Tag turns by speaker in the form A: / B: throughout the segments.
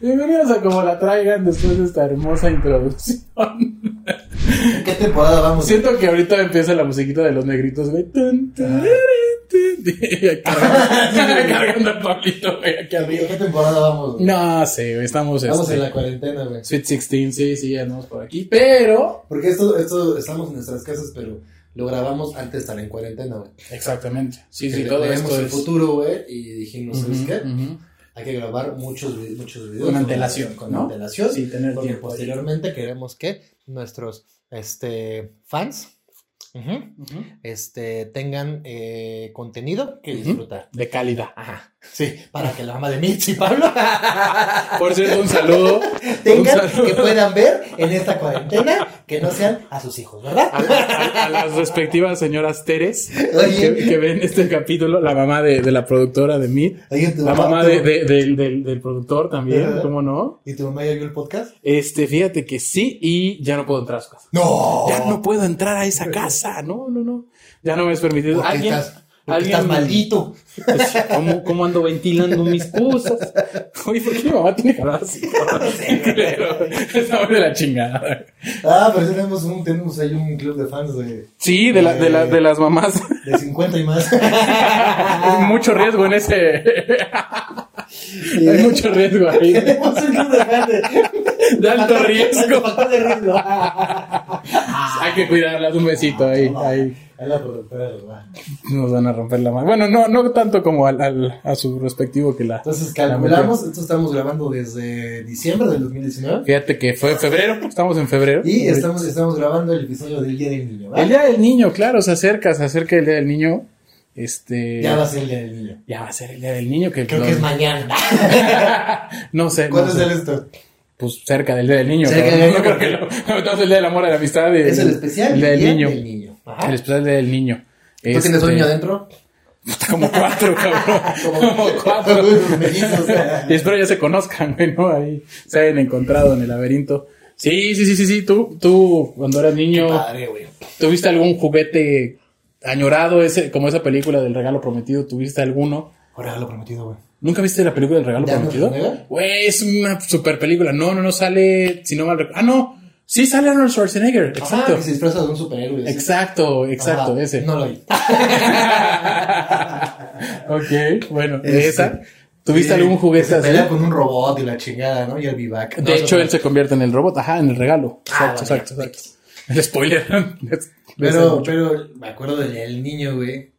A: Bienvenidos a como la traigan después de esta hermosa introducción.
B: ¿En qué temporada vamos?
A: Pues Siento que ahorita empieza la musiquita de los negritos, güey. Tun, tun, tun, tun. Y acá- Cargando a Pablito, güey, aquí
B: ¿En
A: arriba.
B: qué temporada vamos? güey?
A: No sé, güey, estamos
B: Estamos
A: este,
B: en la cuarentena, güey.
A: Sweet 16, sí, sí, ya andamos por aquí. Pero,
B: Porque esto, esto estamos en nuestras casas, pero lo grabamos antes de estar en cuarentena, güey.
A: exactamente. Sí,
B: Que
A: sí,
B: le-
A: todo
B: leemos
A: esto
B: el
A: es.
B: futuro, güey, y dijimos, ¿sabes
A: Ujú,
B: qué?
A: ujú.
B: Hay que grabar muchos, vi- muchos videos.
A: Con antelación,
B: Con
A: ¿no?
B: antelación.
A: Sí, tener
B: porque
A: tiempo.
B: posteriormente queremos que nuestros este, fans ujú,
A: Ujú.
B: este, tengan eh, contenido que
A: Ujú.
B: disfrutar.
A: De calidad.
B: Ajá. Sí, para que la ama de mí, sí, Pablo.
A: Por cierto, un saludo.
B: tengan
A: Un saludo.
B: que puedan ver en esta cuarentena que no sean a sus hijos, ¿verdad?
A: a, a- a las respectivas señoras Teres que,
B: Oye.
A: que ven este capítulo, la mamá de, de la productora de Meet,
B: Oye, tu
A: la mamá
B: tu-
A: de- de- del- del- del productor también,
B: Ajá.
A: ¿cómo no?
B: ¿Y tu mamá ya vio el podcast?
A: Este, fíjate que sí, y ya no puedo entrar a su casa.
B: No.
A: Ya no puedo entrar a esa casa, no, no, no. Ya no me es permitido.
B: Porque
A: Alguien,
B: estás, porque
A: alguien-
B: estás maldito.
A: Pues, ¿cómo, cómo ando ventilando mis cosas? Oye, ¿por qué mi mamá tiene que hablar así? Claro, Está de la chingada.
B: Ah, pero sí tenemos un, tenemos ahí un club de fans de,
A: Sí, de, la- de, la- de las mamás.
B: de 50 y más.
A: Hay mucho riesgo en ese. Hay mucho riesgo ahí.
B: Tenemos un club de fans de,
A: De alto
B: de
A: riesgo.
B: factor de riesgo.
A: Hay que cuidarlas. Un besito ahí. ahí.
B: Es la productora, ¿verdad?
A: Nos van a romper la mano. Bueno, no, no tanto como al, al- a su respectivo que la.
B: Entonces
A: la metió.
B: calculamos, esto estamos grabando desde diciembre del 2019
A: Fíjate que fue febrero. Estamos en febrero.
B: y estamos, estamos grabando el episodio del Día del Niño,
A: El
B: ¿verdad?
A: día del niño, claro, se acerca, se acerca el día del niño. Este.
B: Ya va a ser el Día del Niño.
A: ya va a ser el día del niño. Que
B: Creo
A: no,
B: que es mañana.
A: no sé. no
B: ¿Cuándo es
A: sé.
B: el esto?
A: Pues cerca del día del niño.
B: Cerca
A: cabrón.
B: del niño,
A: No creo que lo- no, entonces el día del amor, de la amistad. y-
B: Es el especial
A: El día del niño.
B: Del niño. Ajá.
A: El especial del niño.
B: ¿Tú tienes
A: Este,
B: un niño adentro?
A: Como cuatro, cabrón. Como cuatro.
B: mellizos.
A: Y espero ya se conozcan, güey, ¿no? Ahí se hayan encontrado en el laberinto. Sí, sí, sí, sí, sí. Tú, tú cuando eras niño,
B: Padre, güey.
A: ¿tuviste algún juguete añorado? Ese, como esa película del regalo prometido, ¿tuviste alguno?
B: Ahora lo prometido, güey.
A: ¿Nunca viste la película del regalo
B: ¿Ya no
A: prometido?
B: renueva?
A: Güey, es una super película. No, no, no sale, si no mal recuerdo. Ah, no. Sí sale Arnold Schwarzenegger. Exacto.
B: Ajá, que se disfraza de un superhéroe. así.
A: Exacto, exacto,
B: Ajá,
A: ese.
B: No lo vi.
A: Ok, bueno,
B: Este,
A: esa. ¿Tuviste
B: Sí,
A: algún
B: que
A: juguete
B: Se
A: así?
B: pelea con un robot y la chingada, ¿no? Y el vivac.
A: De hecho, él se convierte en el robot, ajá, en el regalo. Exacto,
B: Ah, vale.
A: exacto, exacto. El spoiler.
B: Pero, pero me acuerdo del del niño, güey.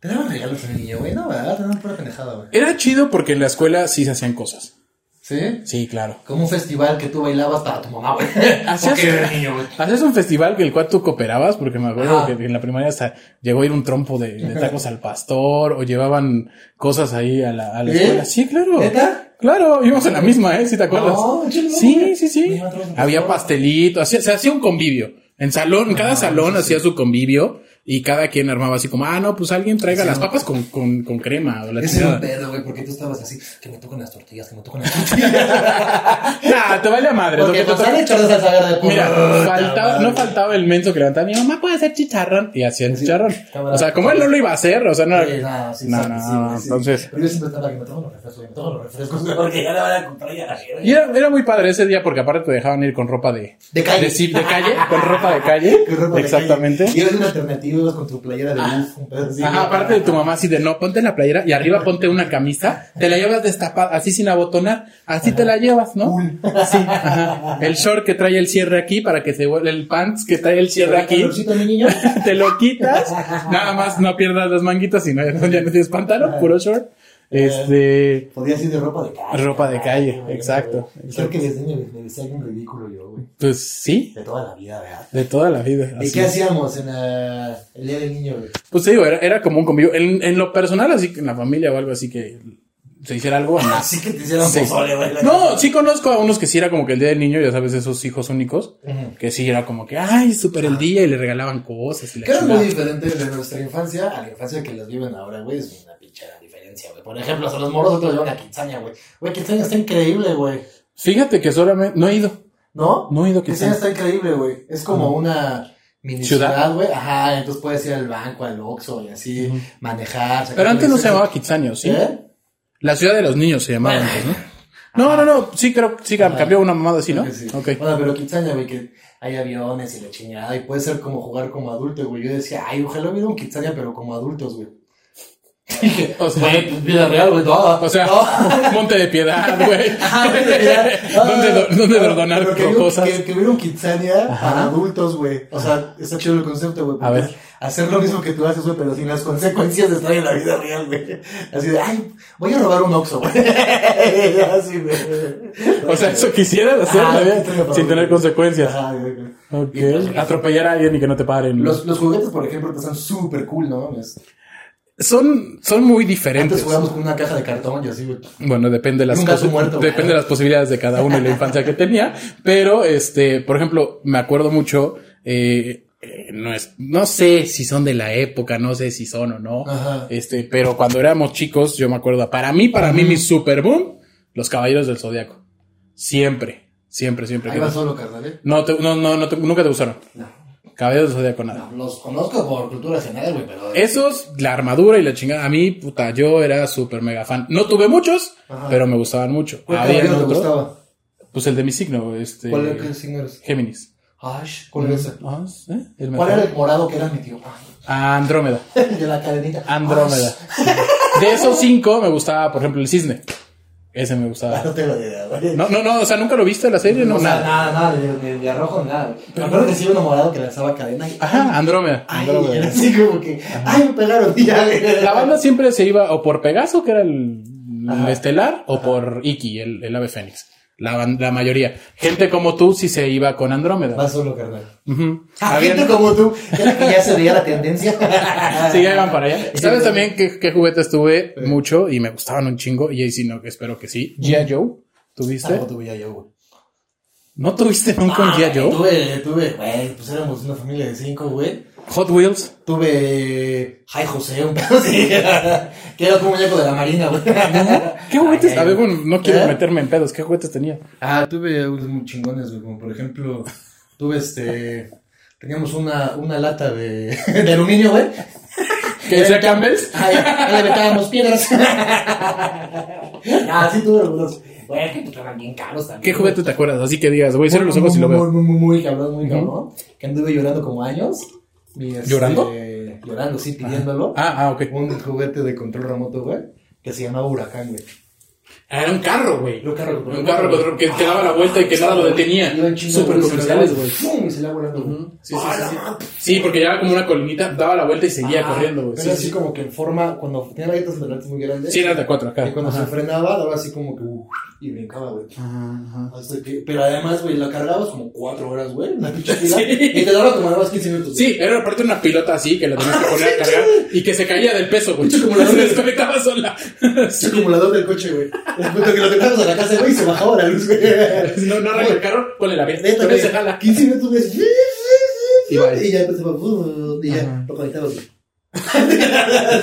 B: Te daban regalos al niño, güey. No, ¿verdad? Te daban pura pendejada, güey.
A: Era chido porque en la escuela sí se hacían cosas.
B: ¿Sí?
A: Sí, claro.
B: Como un festival que tú bailabas para tu mamá, güey.
A: Así
B: Porque
A: es.
B: era niño, güey.
A: Hacías un festival que el cual tú cooperabas, porque me acuerdo
B: Ajá.
A: que en la primaria hasta llegó a ir un trompo de, de tacos al pastor o llevaban cosas ahí a la, a la
B: ¿Eh?
A: escuela. Sí, claro.
B: ¿Neta?
A: Claro, íbamos en la misma, ¿eh? ¿Sí te acuerdas?
B: No, yo no,
A: sí,
B: güey.
A: sí,
B: Me
A: sí.
B: iba a otros
A: Había
B: lados.
A: pastelito, hacía- se hacía un convivio. En salón, en cada salón hacía su convivio y cada quien armaba así como, ah, no, pues alguien traiga las papas con, con, con crema o la
B: Ese era
A: chingada.
B: un pedo, güey, porque tú estabas así, que me tocan las tortillas, que me tocan las tortillas.
A: Nah, te vale a madre. lo
B: porque pues,
A: que te toca.
B: nos han hecho de salsa verde.
A: Mira,
B: puta
A: faltaba,
B: madre.
A: no faltaba el menso que levantaba, mi mamá puede hacer chicharrón. Y hacían chicharrón.
B: cámara.
A: O sea, como él no lo iba a hacer, o sea, no.
B: Sí, no, sí,
A: No, no,
B: sí, sí, sí, sí.
A: entonces-
B: Pero yo siempre estaba que me toman los refrescos, que me toman los refrescos, porque ya le van a comprar ya la gente.
A: Y era, era muy padre ese día porque aparte te dejaban ir con ropa de.
B: De calle.
A: De, zip de calle, con ropa de calle.
B: Qué ropa de
A: Exactamente.
B: calle. Y eres un alternativo ibas con tu playera de luz, un pedo así.
A: Ajá, aparte de tu mamá así de no, ponte la playera y arriba ponte una camisa, te la llevas destapada, así sin abotonar, así te la llevas, ¿no?
B: Cool.
A: Sí, ajá. El short que trae el cierre aquí para que se vuelva, el pants que trae el cierre aquí.
B: Calorcito, mi niño.
A: te lo quitas, nada más no pierdas las manguitas y no, ya no tienes pantalón, puro short. Este,
B: Podías ir de ropa de calle.
A: Ropa de calle,
B: güey,
A: exacto,
B: güey.
A: exacto.
B: Creo que desde niño me, me decía bien ridículo yo, güey.
A: pues sí,
B: De toda la vida, ¿verdad?
A: de toda la vida.
B: ¿Y
A: así
B: qué
A: es.
B: hacíamos en la- el día del niño, güey?
A: Pues te digo, era, era como un convivio. En, en lo personal, así que en la familia o algo así que se hiciera algo. no.
B: Así que te hicieron
A: Sí.
B: pozole, güey. la
A: No,
B: neta.
A: sí conozco a unos que sí era como que el día del niño, ya sabes, esos hijos únicos,
B: Ujú.
A: que sí era como que, ay, súper el día y le regalaban cosas y la
B: Que era
A: chingada.
B: muy diferente de nuestra infancia a la infancia que las viven ahora, güey. Es una pinchera diferencia, güey. Por ejemplo, hasta los moros otros llevan a quinceaña, güey. Güey, quinceaña está increíble, güey.
A: Fíjate que solamente, no he ido,
B: ¿No?
A: no he ido
B: Quinceaña
A: quizás.
B: está increíble, güey. Es como una mini
A: Ciudad.
B: ciudad, güey. Ajá, entonces puedes ir al banco, al Oxxo y así, manejar. sacar
A: Pero antes
B: tu
A: no se
B: licencia.
A: llamaba Kitsanio, ¿sí?
B: ¿Eh?
A: La ciudad de los niños se llamaba antes, ¿no? No, no, no, sí creo que sí
B: Ajá.
A: cambió una mamada así, ¿no?
B: Creo que sí.
A: Ok.
B: Bueno, pero quinceaña, güey, que hay aviones y la chingada, y puede ser como jugar como adulto, güey. Yo decía, ay, ojalá hubiera un quinceaña, pero como adultos, güey. Dije,
A: O sea-
B: güey, pues, vida real, güey, no.
A: O sea,
B: no.
A: monte de piedad, güey.
B: Ajá, güey, ya. No,
A: ¿Dónde, do-
B: no,
A: dónde
B: no,
A: perdonar
B: Ah, pero que hubiera un-
A: cosas?
B: Que, que hubiera un quinceaña para
A: Ajá.
B: adultos, güey. O sea, está chido el concepto, güey.
A: A
B: porque
A: ver.
B: Hacer lo mismo que tú haces, güey, pero sin las consecuencias de estar en la vida real, güey. Así de, ay, voy a robar un Oxxo, güey. Así, güey.
A: O sea, eso quisieras hacer
B: Ajá,
A: todavía,
B: estoy a favor,
A: sin tener
B: güey.
A: consecuencias.
B: Ajá, güey, güey.
A: Ok.
B: Y, pues,
A: Atropellar a alguien y que no te paren.
B: Los, los juguetes, por ejemplo, están súper cool, ¿no? Es-
A: Son, son muy
B: Antes
A: diferentes.
B: jugábamos con una caja de cartón y así, güey.
A: Bueno, depende de las
B: Un gato
A: cosas-
B: muerto, güey.
A: depende de las posibilidades de cada uno y la infancia que tenía. Pero, este, por ejemplo, me acuerdo mucho, eh, eh, no es, no sé si son de la época, no sé si son o no.
B: Ajá.
A: Este, pero cuando éramos chicos, yo me acuerdo, para mí, para mí, mi super boom, los caballeros del zodiaco. Siempre, siempre, siempre.
B: Ahí va solo, carnal, ¿eh?
A: No, te- no, no, no te- nunca te usaron.
B: No.
A: Caballeros del zodiaco, nada.
B: No, Los conozco por cultura general, güey, pero...
A: Esos, la armadura y la chingada. A mí, puta, yo era súper mega fan. No tuve muchos,
B: Ajá.
A: pero me gustaban mucho.
B: Ah. ¿Cuál
A: Había
B: caballero te
A: otros.
B: gustaba?
A: Pues el de mi signo, este.
B: ¿Cuál era qué signo eres?
A: Géminis.
B: Ash, ¿cuál es ese?
A: Ah, ¿sí? El mejor. Ah,
B: ¿Cuál era el morado que Ah, era mi tío?
A: Andrómeda.
B: De la cadenita.
A: Andrómeda.
B: Ash.
A: De esos cinco me gustaba, por ejemplo, el cisne. Ese me gustaba.
B: No tengo ni idea, güey.
A: No, no, no, o sea, nunca lo viste la serie, no,
B: O sea,
A: nada.
B: nada, nada, de, de, de arrojo, nada. güey. Me acuerdo que sí era un morado que lanzaba cadena y...
A: Ajá, Andrómeda.
B: Ay,
A: Andrómeda.
B: era así como que... Ay, me pegaron y ya, güey.
A: La banda siempre se iba o por Pegaso, que era el, el
B: Ajá.
A: estelar, o por Iki, el, el ave fénix. La, ban- la mayoría. Gente como tú sí se iba con Andrómeda.
B: Va solo, carnal.
A: Ujú.
B: Ah,
A: Habían-
B: gente como tú, que era que ya se veía la tendencia.
A: Sí, ya iban para allá. ¿Sabes también qué, qué juguetes tuve mucho y me gustaban un chingo? Y ahí sí, no, que espero que
B: Mm.
A: sí. G.I. Joe, ¿tuviste?
B: Tampoco tuve ya yo, güey.
A: ¿No tuviste nunca ¿eh?
B: Ah,
A: un G.I. Joe?
B: Tuve, tuve, güey, pues éramos una familia de cinco, güey.
A: Hot Wheels.
B: Tuve. Ay, José, un pedo así. que era como un muñeco de la marina, güey.
A: ¿Qué juguetes?
B: Ay,
A: A ver, bueno, no quiero
B: ¿Eh?
A: meterme en pedos. ¿Qué juguetes tenía?
B: Ah, tuve unos muy chingones, güey. Como por ejemplo, tuve este. Teníamos una, una lata de, de aluminio, güey.
A: ¿Que decía Campbell's?
B: Ay, ahí le metábamos piedras. ah, sí, tuve algunos. Güey, que estaban bien caros también.
A: ¿Qué
B: güey.
A: juguete te acuerdas? Así que digas, voy a cierro los
B: Muy,
A: ojos y lo
B: muy,
A: veo.
B: Muy, muy, muy cabrón, muy cabrón. Que anduve llorando como años. Y, este,
A: ¿Llorando?
B: Llorando, sí, pidiéndolo.
A: Ah, ah, ok.
B: Un juguete de control remoto, güey. Que se llamaba Huracán, güey.
A: Era un carro, güey.
B: Era un carro
A: Un carro control que, que daba la vuelta y que nada lo detenía.
B: Iba en chinga,
A: Súper
B: güey, se la daba
A: comerciales,
B: y-
A: güey.
B: ¡Pum! Y se la volando, güey.
A: Sí, sí, sí, sí. Sí, porque llevaba como una colinita, daba la vuelta y seguía
B: Ah,
A: corriendo, güey.
B: Era
A: Sí,
B: así
A: sí.
B: como que en forma, cuando tenía galletas delante muy grandes.
A: Sí, era de cuatro acá.
B: Y cuando
A: Ajá.
B: se frenaba, daba así como que. uh, y brincaba, güey. Hasta que- pero además, güey, la cargabas como cuatro horas, güey. en La pinche pila.
A: Sí.
B: Y te daba como nada más 15 minutos. güey.
A: Sí, era aparte una pilota así que la tenías que poner a cargar y que se caía del peso, güey.
B: Pinche como la
A: Se
B: de-
A: desconectaba sola.
B: Es el acumulador del coche, güey. Después de que lo dejamos a la casa, güey, se bajaba la luz, güey.
A: No, no arranca el carro, ponle la vez.
B: Neta,
A: Con
B: güey.
A: ese jala.
B: 15 minutos, güey. así,
A: Y va.
B: Y ya empezaba. uh, Y ya lo conectabas, güey.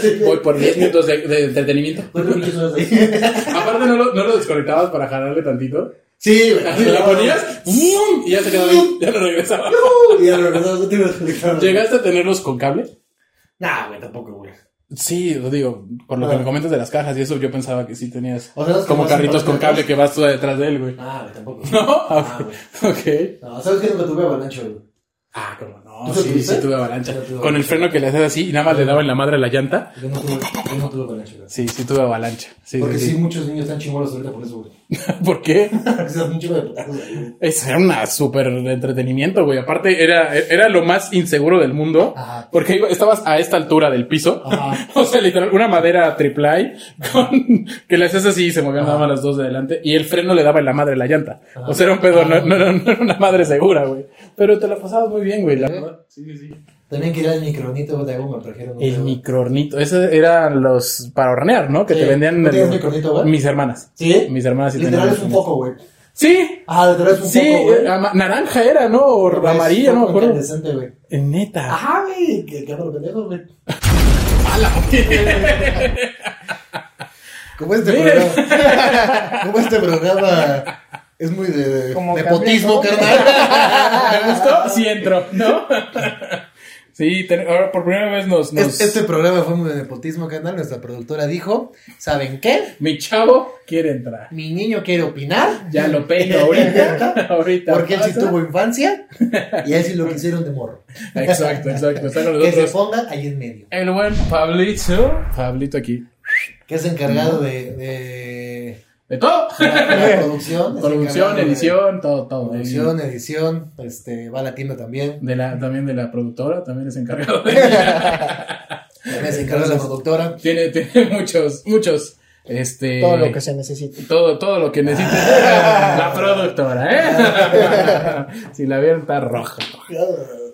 B: Sí,
A: Voy
B: güey.
A: por 10 minutos de, de entretenimiento.
B: Voy por muchas horas ahí.
A: Aparte, ¿no lo, no lo desconectabas para jalarle tantito?
B: Sí, güey.
A: Así le ponías ¡fum! y ya se quedaba ahí. Ya no regresaba.
B: Y ya lo regresabas, no te ibas a conectar.
A: ¿Llegaste a tenerlos con cable?
B: Nah, güey, tampoco, güey.
A: Sí, lo digo, por lo que
B: Ah.
A: me comentas de las cajas y eso, yo pensaba que sí tenías
B: O sea, los que
A: como
B: vas
A: carritos
B: en
A: con
B: carros.
A: cable que vas tú detrás de él, güey.
B: Nah, güey, tampoco.
A: ¿No?
B: Ah, güey.
A: ok.
B: No, ¿sabes qué? Nunca tuve avalancha, güey.
A: Ah, como no.
B: ¿Tú lo
A: Sí,
B: tuviste?
A: sí, tuve avalancha.
B: Yo tuve
A: Con el
B: avalancha.
A: freno que le haces así y nada más le daba en la madre a la llanta.
B: Yo no tuve, yo no tuve avalancha, güey.
A: Sí, sí, tuve avalancha. Sí,
B: Porque
A: sí,
B: sí,
A: sí.
B: muchos niños están chingolos ahorita por eso, güey.
A: ¿Por qué?
B: Porque se dan un chingo de putazos, güey.
A: Es era una súper entretenimiento, güey. Aparte, era, era lo más inseguro del mundo.
B: Ajá.
A: Porque iba- estabas a esta altura del piso.
B: Ajá.
A: O sea, literal, una madera triple A con, que le haces así y se movían nada más las dos de adelante. Y el freno le daba en la madre la llanta. O sea, era un pedo, no, no, no, no era una madre segura, güey. Pero te la pasabas muy bien, güey. la verdad.
B: También quería el micronito de agua, me trajeron. un
A: El
B: pedo.
A: microornito. Esos eran los para hornear, ¿no? Que
B: Sí.
A: te vendían.
B: ¿Tú tienes
A: el-
B: microornito, güey?
A: Mis hermanas.
B: ¿Sí?
A: Mis hermanas sí
B: Literal
A: tenían
B: es un
A: microornito.
B: foco, güey.
A: Sí,
B: Ah, literal es un
A: Sí,
B: foco, güey. Pues,
A: eh, ama- naranja era, ¿no? O
B: Pero es
A: amarilla,
B: un
A: no me
B: foco
A: acuerdo.
B: incandescente, güey.
A: Eh, Neta.
B: Ajá, güey. Que que lo pendejo, güey. Como este
A: Miren.
B: programa. Como este programa es muy de
C: Como
B: nepotismo,
C: Gabriel,
B: carnal.
A: ¿Me gustó? Sí entro, ¿no? Sí, ten- ahora por primera vez nos. nos-
B: Es- Este programa fue muy de nepotismo, canal. Nuestra productora dijo: ¿Saben qué?
A: Mi chavo quiere entrar.
B: Mi niño quiere opinar.
A: Ya lo peino ahorita. ahorita
B: Porque él sí
A: pasa.
B: tuvo infancia y a él sí lo quisieron de morro.
A: Exacto, exacto. Está con
B: Que se
A: nosotros.
B: ponga ahí en medio.
A: El buen Pablito. Pablito aquí.
B: Que es encargado de, de
A: De todo.
B: la producción. es encargado
A: Producción,
B: de-
A: edición, todo, todo.
B: Producción, edición. Este, va a la tienda también.
A: De la, también de la productora, también es encargado de
B: También se encarga de la productora.
A: tiene, tiene muchos, muchos, este...
C: Todo lo que se necesite.
A: Todo, todo lo que necesite la productora, ¿eh? si la vieron está roja.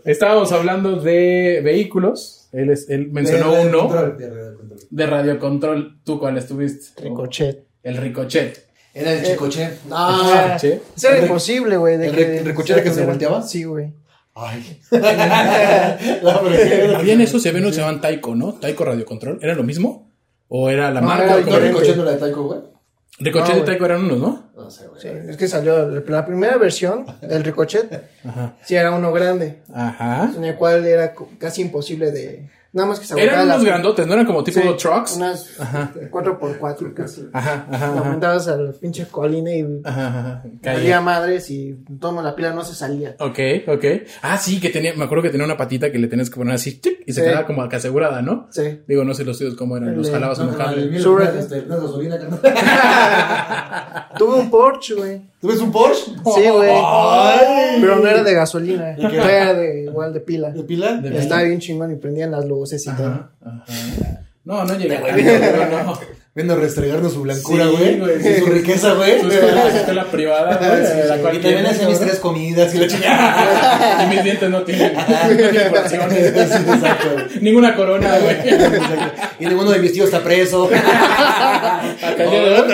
A: Estábamos hablando de vehículos. Él, es, él mencionó
B: Pierde el
A: uno
B: control, pierde el control.
A: de radiocontrol. ¿Tú cuál estuviste?
C: Ricochet.
A: El ricochet.
B: Era el chicoche.
A: Ah, che.
C: Eso era
B: El-
C: imposible, güey. de
B: el re- ricochet era que se volteaba?
C: Sí, güey.
B: Ay. No, pero sí, era-
A: Habían eso, se habían uno que se llamaban Taiko, ¿no? Taiko radiocontrol. ¿Era lo mismo? ¿O era la
C: No,
A: marca?
C: era
A: o
B: ¿No
A: corriente?
C: diferente.
B: ricochet no la de Taiko, güey?
A: Ricochet
C: No,
A: y
C: güey.
A: Taiko eran unos, ¿no?
B: No sé, güey.
C: Sí, es que salió la la primera versión del ricochet.
A: Ajá.
C: Sí, era uno grande.
A: Ajá.
C: En el cual era co- casi imposible de. Nada más que se
A: Eran
C: volteaba
A: unos
C: la-
A: grandotes, ¿no? Eran como tipo
C: Sí,
A: trucks.
C: Unas
A: Ajá.
C: 4x4 casi.
A: Ajá,
C: Lo
A: ajá, ajá.
C: apuntabas a la pinche colina y
A: Ajá, ajá. Caía.
C: salía madres y toma la pila no se salía.
A: Ok, ok. Ah, sí, que tenía, me acuerdo que tenía una patita que le tenías que poner así, tic, y se
C: Sí.
A: quedaba como que asegurada, ¿no?
C: Sí.
A: Digo, no sé los tíos cómo eran, los
C: Le-
A: jalabas
B: No,
A: un
B: no, no, el
A: jale.
B: mío
C: Sobre-
B: era, este, no, gasolina, carnal.
C: Tuve un Porsche, güey.
B: ¿Tú ves un Porsche?
C: Sí, güey.
B: Ay.
C: Pero no era de gasolina.
B: qué?
C: Era de igual de pila.
B: ¿De Eh. pila?
A: De-
C: Estaba bien chingón y prendían las luces y todo.
A: Ajá, ajá. No, no llegué. tanto, no, no.
B: Viendo restregarnos su blancura,
A: Sí,
B: güey.
A: güey, sí,
B: su
A: sí.
B: riqueza, güey.
A: Su escuela, su escuela privada, güey,
B: Sí, sí,
A: la
B: sí.
A: cual
B: Y también hacía mis tres comidas y la chingada.
A: Y mis dientes no tienen, no tienen fracciones.
B: Sí, exacto, güey.
A: Ninguna corona, güey.
B: Exacto. Y ninguno de mis tíos está preso.
A: Acá yo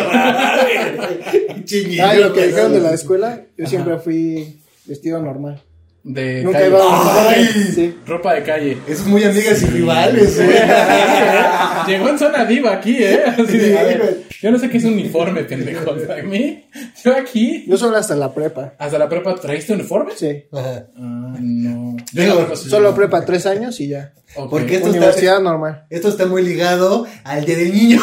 A: de
B: Chinguillo,
C: Ah, y lo que
B: güey.
C: dijeron de la escuela, yo siempre fui vestido normal.
A: de
C: Nunca
A: calle.
C: iba a
B: ¡Ay!
C: Sí.
A: Ropa de calle.
B: Eso es muy amigas y rivales, güey.
A: Llegó en zona diva aquí, ¿eh? Así de, a
B: Sí,
A: ver,
B: güey.
A: yo no sé qué es uniforme, pendejo. O sea, A mí, yo aquí,
C: Yo solo hasta la prepa.
A: hasta la prepa, ¿traíste uniforme?
C: Sí.
B: Ajá.
A: Ah, no.
B: Digo,
A: la prepa sí.
C: Solo prepa tres años y ya.
A: Ok.
B: ¿Por qué? Esto está-
C: Universidad normal.
B: Esto está muy ligado al Día del Niño.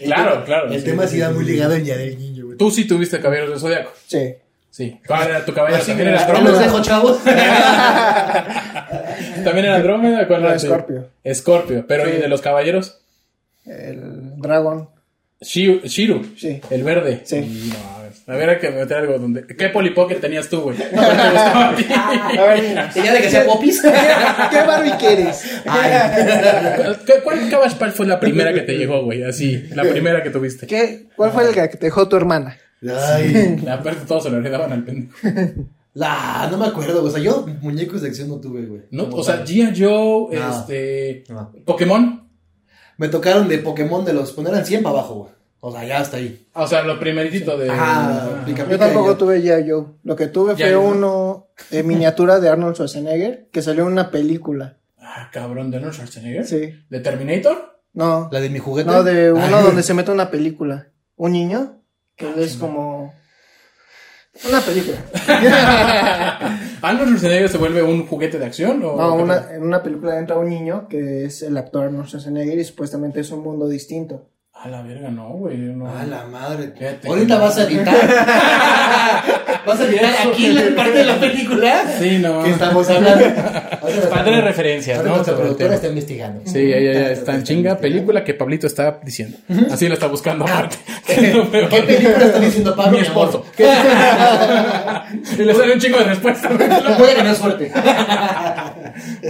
B: El
A: Claro,
B: tema-
A: claro,
B: El
A: sí,
B: tema
A: sí,
B: sí
A: sí,
B: va
A: sí,
B: muy
A: sí.
B: ligado al Día del Niño, güey.
A: Tú sí tuviste caballeros del zodiaco.
C: Sí.
A: Sí. ¿Cuál era tu caballero?
B: Así,
A: ¿También era
B: mira,
C: Andrómeda.
B: ahí los
A: Andrómeda?
B: dejo, chavos.
A: ¿También era Andrómeda? ¿Cuál
C: No,
A: era? tu-
C: Escorpio.
A: Escorpio. Pero ¿y de los caballeros?
C: El dragón.
A: Shiu- Shiru.
C: Sí.
A: El verde.
C: Sí.
A: No, a ver. A ver, hay que meter algo donde. ¿Qué polipocket tenías tú, güey? ¿Cuál te gustaba a ti?
C: A ver, mira.
B: Y ya de que sea popis.
C: ¿Qué Barbie quieres?
A: ¿Cu- ¿Cuál cabal fue la primera que te llegó, güey? Así, la primera que tuviste.
C: ¿Qué? ¿Cuál fue el que te dejó tu hermana?
B: Ay.
A: Aparte, todos se lo heredaban al pendejo.
B: La, no me acuerdo, güey. o sea, yo muñecos de acción no tuve, güey.
A: ¿No?
B: Como
A: O sea,
B: tal.
A: G.I. Joe,
B: No.
A: este.
B: No.
A: Pokémon.
B: me tocaron de Pokémon de los poner 100 para abajo, güey. O sea, ya hasta ahí.
A: O sea, lo primeritito de.
B: Ajá,
A: Ah.
B: pica,
C: Yo
B: pica
C: tampoco
B: y-
C: tuve ya yo. Lo que tuve
A: Ya,
C: fue
A: yo.
C: uno de miniatura de Arnold Schwarzenegger que salió en una película.
A: Ah, cabrón, de Arnold Schwarzenegger.
C: Sí.
A: ¿De Terminator?
C: No.
B: La de mi juguete.
C: No, de uno
B: Ay.
C: donde se mete una película. Un niño que él es como. Ah, Una película.
A: ¿Arnold Schwarzenegger se vuelve un juguete de acción? O
C: No, una, en una película entra un niño que es el actor Arnold Schwarzenegger y supuestamente es un mundo distinto.
A: A la verga, no, güey. yo No.
B: A la madre.
A: Fíjate.
B: Ahorita vas a editar. vas a editar aquí la parte de la película.
A: Sí, no.
B: Que estamos hablando.
A: Padre referencia,
B: Ahora
A: ¿no?
B: nuestra
A: Sobre el
B: productora
A: tema.
B: está investigando.
A: Sí, ella ya está en chinga. Película que Pablito está diciendo. Así lo está buscando aparte.
B: Ah, ¿Qué película está diciendo Pablo?
A: Mi esposo.
B: ¿Qué?
A: y le sale un chingo de respuesta.
B: Voy a ganar suerte.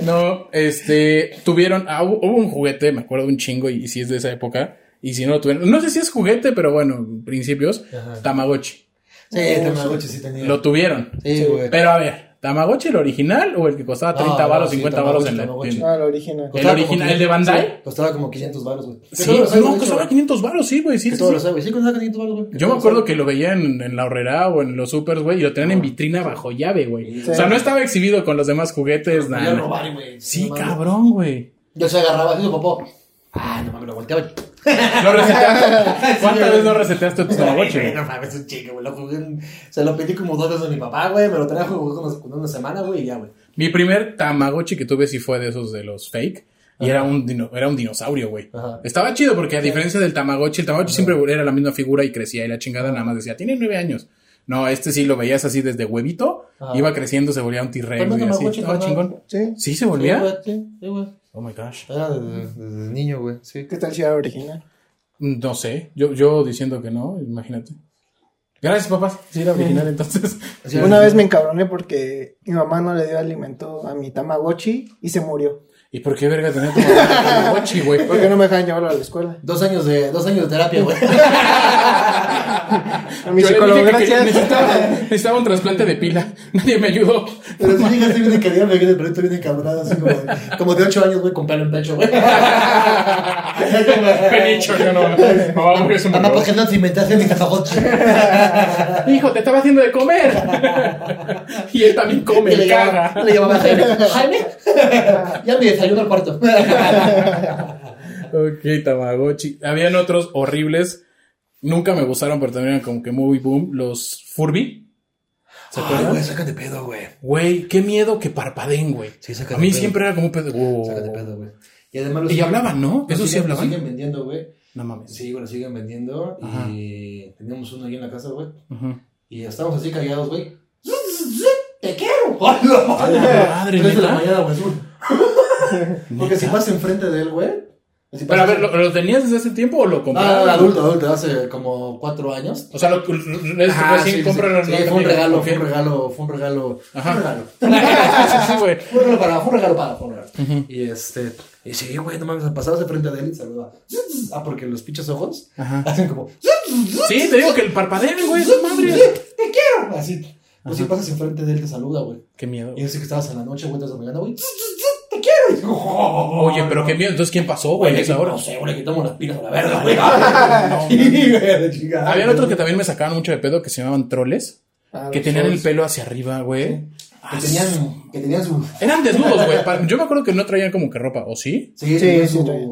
A: No, este, tuvieron, ah, hubo hubo un juguete, me acuerdo un chingo, y, si es de esa época, y si no lo tuvieron, no sé si es juguete, pero bueno, principios,
B: Ajá.
A: Tamagotchi,
B: Sí, Tamagotchi sí tenía.
A: lo tuvieron.
B: Sí, güey.
A: Pero a ver, ¿Tamagotchi el original o el que costaba
B: No,
A: 30
B: no,
A: baros,
B: sí,
A: 50
B: Tamagotchi,
A: baros en la
B: Tamagotchi. Ah,
A: tienda?
C: No, el Ah, original.
A: El
B: Costaba como
A: original,
B: 500,
A: el de Bandai.
B: sí, costaba como 500 baros, güey.
A: Sí,
B: Todos los años,
A: no,
B: de hecho,
A: costaba
B: güey.
A: 500 baros, sí, güey, sí, sí,
B: Todos
A: sí.
B: los años, sí, costaba 500 baros, güey.
A: Yo me acuerdo que lo veía en, en la horrera o en los supers, güey, y lo tenían en vitrina bajo llave, güey. O sea, no estaba exhibido con los demás juguetes,
B: Voy a
A: nada.
B: robar, güey.
A: Sí,
B: No mames.
A: cabrón, güey.
B: Yo se agarraba así, papá. Ah, no mames, lo volteaba. y-
A: Lo reseteaste. ¿Cuántas veces no reseteaste tu Tamagotchi?
B: Ay,
A: güey?
B: güey, No mames, un chingo, güey. Lo jugué en- Se lo pedí como dos veces a mi papá, güey. Me lo trajo, jugué como una semana, güey, y ya, güey.
A: Mi primer Tamagotchi que tuve sí fue de esos de los fake. Y
B: Ajá.
A: era un, dino- era un dinosaurio, güey.
B: Ajá.
A: Estaba chido porque a diferencia del Tamagotchi, el Tamagotchi
B: Ajá.
A: siempre era la misma figura y crecía y la chingada nada más decía, tiene nueve años. No, este sí lo veías así desde huevito,
B: Ajá.
A: iba creciendo, se volvía un T-Rex
B: También
A: y así.
B: Tamagotchi,
A: Estaba
B: carnal.
A: chingón.
C: Sí.
A: Sí, se
B: Sí,
A: volvía.
B: güey, sí, sí, güey.
A: Oh my gosh.
B: Era desde, desde niño, güey. Sí.
C: ¿Qué tal si era original?
A: No sé, yo, yo diciendo que no, imagínate. Gracias, papá. Sí, era original entonces.
B: Sí,
C: Una
B: original.
C: vez me encabroné porque mi mamá no le dio alimento a mi Tamagotchi y se murió.
A: ¿Y por qué verga tener como un Tamagotchi, güey?
C: Porque no me dejaban llevarlo a la escuela.
B: Dos años de, dos años de terapia, güey.
C: A mi
A: Yo le
C: psicólogo,
A: dije que quería-
C: gracias.
A: necesitaba, necesitaba un trasplante de pila. Nadie me ayudó.
B: Pero si llegaste bien de calidad, me viene el proyecto bien encabronado, así como de, como de 8 años, güey, con pelo en pecho, güey.
A: Penicho, yo no. Mamá, porque Ah, es un
B: Mamá,
A: burro.
B: ¿por qué "Ah, no te inventaste mi tafagoche?
C: pues,
A: Hijo, te estaba haciendo de comer. y él también come,
B: le, llamaba-
A: caga.
B: le llamaba Jaime. ¿Jaime? ya me desayuno al cuarto.
A: Ok, Tamagotchi. Habían otros horribles. Nunca me gustaron, pero también eran como que muy boom. Los Furby. ¿Se
B: Ay,
A: acuerdan?
B: güey, sácate pedo, güey.
A: Güey, qué miedo que parpadeen, güey.
B: Sí,
A: A
B: sácate
A: mí
B: pedo.
A: siempre era como un pedo. Oh, wow.
B: Sácate pedo, güey. Y además los
A: Y hablaban, ¿no?
B: los
A: Eso sí
B: siguen-
A: hablaban.
B: Los siguen vendiendo, güey.
A: No mames.
B: Sí, güey, los siguen vendiendo.
A: Ajá.
B: Y teníamos uno ahí en la casa, güey.
A: Ujú.
B: Y estábamos así callados, güey. ¡Te quiero! ¡Hola,
A: Ah, madre,
B: Tres de la
A: ¿neta?
B: mañana, güey. azul. Porque si
A: ¿Neta?
B: vas enfrente de él, güey. si
A: Pero a
B: pasas-
A: ver, ¿lo, lo tenías desde hace tiempo o lo
B: Ah,
A: compraste?
B: adulto, adulto, hace como cuatro años.
A: O sea, lo, lo-
B: Ajá,
A: recién
B: Ah, sí, sí,
A: compraron.
B: sí,
A: ¿no?
B: fue un regalo,
A: Ok.
B: fue un regalo, fue un regalo, fue
A: Ajá.
B: un regalo.
A: sí, sí, güey.
B: Fue un regalo para, fue un regalo para, fue un regalo. Y este, y sí, güey, no mames, pasabas de frente de él y saludaba. Ah, porque los pinches ojos
A: Ajá.
B: hacen como,
A: Sí, te digo que el parpadeo, güey, su madre.
B: te quiero, así. Pues si pasas enfrente de él, te saluda, güey.
A: Qué miedo.
B: Y yo sé que estabas en la noche, güey, te mañana, güey, te quiero. Y yo, "Oh,
A: Oye, pero qué miedo. Entonces, ¿quién pasó, güey, a esa hora? Ah,
B: No sé, güey, le quitamos las pilas a la verga, güey. Sí, güey, de chingada.
A: Habían otros que también me sacaban mucho de pedo que se llamaban troles,
C: Ah,
A: que
C: los
A: tenían el
C: trolls.
A: pelo hacia arriba, güey.
B: Que
A: Ah,
B: tenían, que tenían su...
A: Eran desnudos, güey. Pa- Yo me acuerdo que no traían como que ropa, ¿o sí?
B: Sí,
C: Sí,
B: tenía
C: sí,
B: su-
C: traía.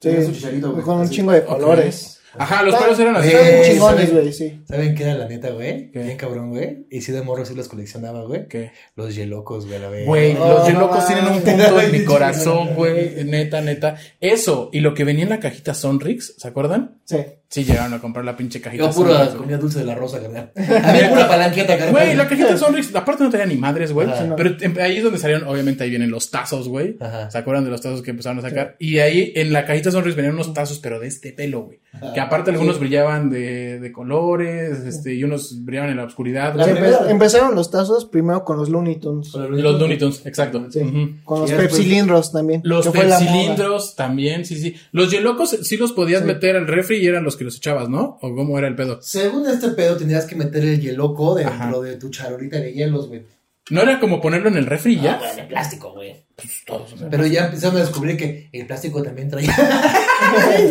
B: tenía su
C: Sí,
B: chicharito, güey.
C: Con un
B: Así.
C: chingo de colores.
A: Ajá, los pelos eran así.
B: Eh,
C: Estaban
B: Sí,
C: chingones,
B: sí.
C: güey, sí.
B: ¿Saben qué era la neta, güey?
A: ¿Qué?
B: Bien cabrón, güey. Y si de morro sí los coleccionaba, güey.
A: ¿Qué?
B: Los yelocos, güey, a la vez.
A: Güey,
C: Oh,
A: los
C: no
A: locos
C: mames.
A: tienen un punto en mi corazón, güey. Neta, neta. Eso, y lo que venía en la cajita Sonrix, ¿se acuerdan?
C: Sí.
A: Sí, llegaron a comprar la pinche cajita
B: Yo pura
A: Sonrix, güey.
B: comida dulce de la rosa, carnal. A mí pura palanqueta, carnal.
A: Güey, la cajita de Sonrix, aparte no tenía ni madres, güey.
B: Ajá.
A: Pero em- ahí es donde salieron, obviamente ahí vienen los tazos, güey.
B: Ajá.
A: ¿Se acuerdan de los tazos que empezaron a sacar? Y ahí en la cajita Sonrix venían unos tazos, pero de este pelo, güey.
B: Ajá.
A: Que aparte algunos brillaban de, de colores, este, y unos brillaban en la oscuridad,
B: La
A: güey.
C: Empe-
B: primera-
C: Empezaron los tazos primero con los Looney Tunes.
B: Con
A: Los Looney Tunes, exacto.
C: Sí.
A: Ujú.
C: Con los
B: Y después-
C: pepsilindros también.
A: Los
C: que fue la moda.
A: cilindros también, sí, sí. Los yelocos sí los podías
C: Sí.
A: meter al refri y eran los que los echabas, ¿no? ¿O cómo era el pedo?
B: Según este pedo, tenías que meter el yeloco dentro
A: Ajá.
B: de tu charolita de hielos, güey.
A: ¿No era como ponerlo en el refri y
B: Ah,
A: ya?
B: güey, de plástico, güey.
A: Pues todos, o sea.
B: Pero ya empezaron a descubrir que el plástico también traía.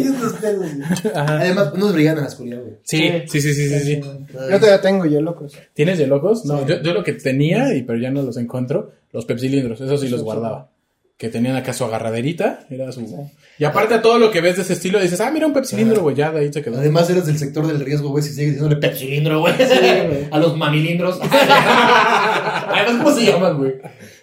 B: Y estos pedos, güey.
A: Ajá.
B: Además, unos brillan en la oscuridad, güey.
A: Sí, sí, sí, sí, sí, sí.
C: Yo todavía tengo yo, locos.
A: ¿Tienes de locos? No,
B: Sí.
A: yo, yo lo que tenía, y pero ya no los encuentro, los pepsilindros, eso sí los guardaba. Que tenían acá su agarraderita, era su... Y aparte a todo lo que ves de ese estilo, dices, ah, mira un pepsilindro, güey, ya de ahí se quedó.
B: Además, eres del sector del riesgo, güey, si sigues diciéndole pepsilindro, güey.
C: güey.
B: a los mamilindros. Además, ¿cómo se llaman, güey?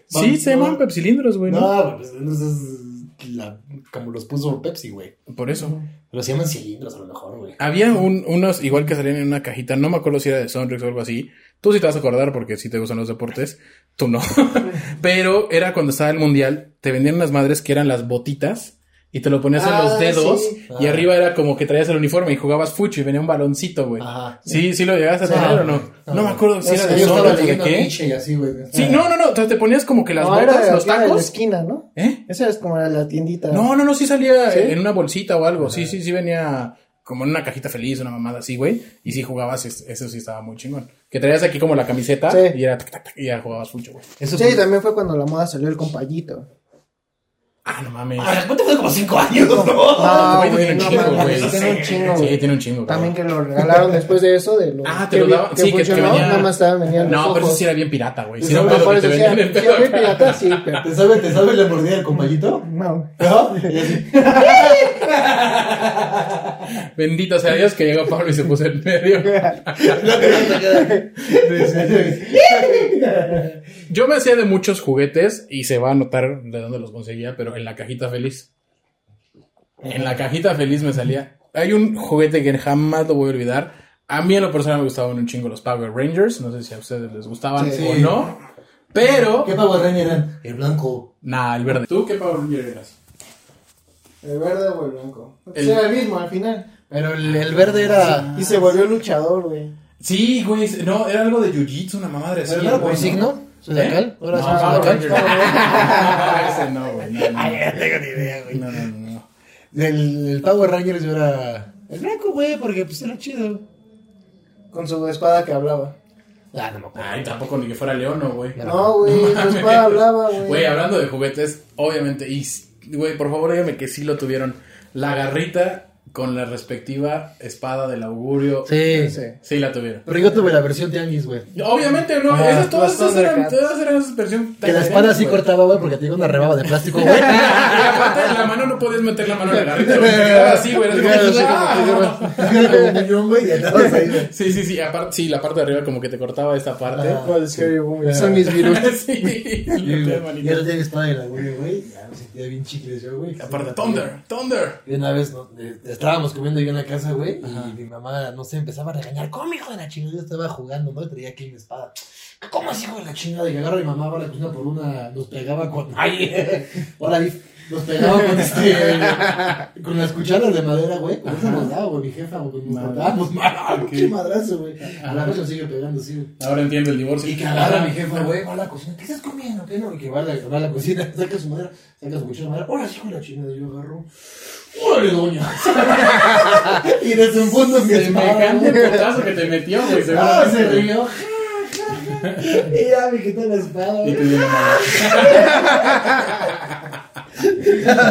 A: Sí, se llaman pepsilindros, güey, ¿no?
B: No, güey, pepsilindros es la- como los puso Pepsi, güey.
A: Por eso.
B: Pero se llaman cilindros a lo mejor, güey.
A: Había un- unos, igual que salían en una cajita, no me acuerdo si era de Sonrix o algo así. Tú sí te vas a acordar porque si te gustan los deportes, tú no. Pero era cuando estaba el mundial, te vendían las madres que eran las botitas y te lo ponías en los
C: Ah,
A: dedos
C: sí.
A: y
B: Ah.
A: arriba era como que traías el uniforme y jugabas fucho y venía un baloncito, güey.
B: Ajá.
A: Sí, sí lo llegaste a tener o no. No, me acuerdo si
B: Sí,
A: era
B: Ah. yo
A: de
B: estaba
A: Sonrix o de
B: leyendo
A: qué.
B: Nietzsche y así, güey.
A: Sí, no, no, no. Entonces te ponías como que las
C: No, era
A: botas,
C: de-
A: los
C: era de la
A: tacos.
C: esquina, ¿no?
A: ¿Eh?
C: Esa es como la tiendita.
A: No, no, no, sí salía
C: ¿Sí?
A: en una bolsita o algo. Sí, sí, sí venía como en una cajita feliz, una mamada así, güey. Y sí jugabas, es- eso sí estaba muy chingón. Que traías aquí como la camiseta
C: Sí.
A: y era tac, tac, tac, y ya jugabas mucho, güey.
B: Eso
C: Sí, también fue cuando la moda salió el compayito.
A: Ah, no mames.
B: A ver, ¿cuánto fue como cinco años, no?
C: No,
A: güey,
C: güey,
A: Oh, tiene un
C: no
A: chingo,
C: mames,
A: güey.
C: tiene un chingo,
A: sí,
C: güey.
A: tiene un chingo.
C: También
A: cabrón.
C: que lo regalaron después de eso, de lo
A: Ah, te lo
C: vi-
A: daban. Sí, que- que
C: funcionó,
A: venía-
C: nada más estaban vendiendo
A: No,
C: los
A: pero eso
C: ojos.
A: sí era bien pirata, güey.
C: Sí,
A: Si era un
C: no,
A: pedo
C: por
A: que te
C: eso sí
A: vendían el
C: era- sí
A: pedo.
C: era bien pirata, sí, pero...
B: ¿Te sabes, ¿Te sabes la mordida del compañito?
C: No,
B: ¿No? Y así.
A: Bendito sea Dios que llegó Pablo y se puso en medio.
B: No, que no te queda.
A: Sí, sí, sí. Yo me hacía de muchos juguetes y se va a notar de dónde los conseguía, pero en la cajita feliz. En la cajita feliz me salía. Hay un juguete que jamás lo voy a olvidar. A mí en lo personal me gustaban un chingo los Power Rangers. No sé si a ustedes les gustaban
B: Sí.
A: o no. Pero.
B: ¿Qué Power Ranger eran? El blanco.
A: Nah, el verde. ¿Tú qué Power Ranger eras?
C: El verde o el blanco. Pues
A: El-
C: Era el mismo al final.
B: Pero el, el verde era.
C: Y se volvió luchador, güey.
A: Sí, güey. es- No, era algo de Jiu-Jitsu, una mamadre así.
B: ¿Pero no era
A: güey,
B: por
A: ¿no?
B: signo? ¿Zodiacal?
A: ¿Eh?
B: ¿No era
A: No,
B: signo
A: Power
B: zodiacal?
A: Ranger. No, ese no, güey. No, no,
B: Ay, no tengo ni idea, güey.
A: no, no, no, no.
B: El, el Power Rangers era. El blanco, güey, porque pues era chido.
C: Con su espada que hablaba.
B: Ah, no me acuerdo.
A: Ay, tampoco ni que fuera Leono, güey.
C: No, güey, su espada hablaba, güey.
A: Güey, hablando de juguetes, obviamente, y s- güey, por favor dígame que sí lo tuvieron. La garrita con la respectiva espada del augurio. Sí,
B: ah, Sí,
C: Sí.
A: la tuvieron.
B: Pero yo tuve la versión tianguis, güey.
A: Obviamente no,
C: Ah,
A: esas, todas,
C: los
A: esas eran,
C: Thundercats.
A: todas eran versión.
B: Que la espada así
A: güey.
B: cortaba, güey, porque tenía una rebaba de plástico, güey.
A: Y aparte, la mano no podías meter la mano en la garrita, güey. te quedaba así, güey. era
B: Claro,
A: como-
B: sí,
A: ¡Ah!
B: como que era- era como un muñón, güey, y andabas ahí, güey.
A: Sí, sí, sí, aparte, sí, la parte de arriba como que te cortaba esta parte.
B: Ajá.
C: No, de Scary Movie. Son mis virus.
A: sí,
B: Y
A: le metías manita.
B: era tianguis espada de la güey, güey. Ya me sentía bien chicles yo, güey.
A: Aparte, Thunder, Thunder.
B: Y una vez ¿no? Eh, estábamos comiendo yo en la casa, güey, y mi mamá, no sé, empezaba a regañar, ¿cómo hijo de la chingada? Yo estaba jugando, ¿no? Y traía aquí mi espada. ¿Cómo es hijo de la chingada? Y agarra mi mamá para la cocina por una, nos pegaba con... ¡Ay! Hola, Vic. nos pegaba con este... con las cucharas de madera, güey. Con eso nos daba, güey, mi jefa, güey, nos
A: Madre.
B: matábamos. ¡Ah, ¡Qué
A: Ok.
B: madrazo, güey! A la noche nos sigue pegando, sí, güey.
A: Ahora entiendo el divorcio.
B: Y que agarra mi jefa, güey, va a la cocina, ¿qué estás comiendo? ¿Qué no? Y que va a la, va a la cocina, saca su madera, saca su cuchillo de madera, ¡hola, hijo de la chingada! Y yo agarro, ¡órale, doña! y desde un punto mi espada,
A: Semejante
B: güey.
A: potazo que te metió, güey.
B: Ah,
A: seguramente.
B: se rió, ja, ja, ja. y ya me quitó la espada,
A: Y
B: güey.
A: te dio la mano.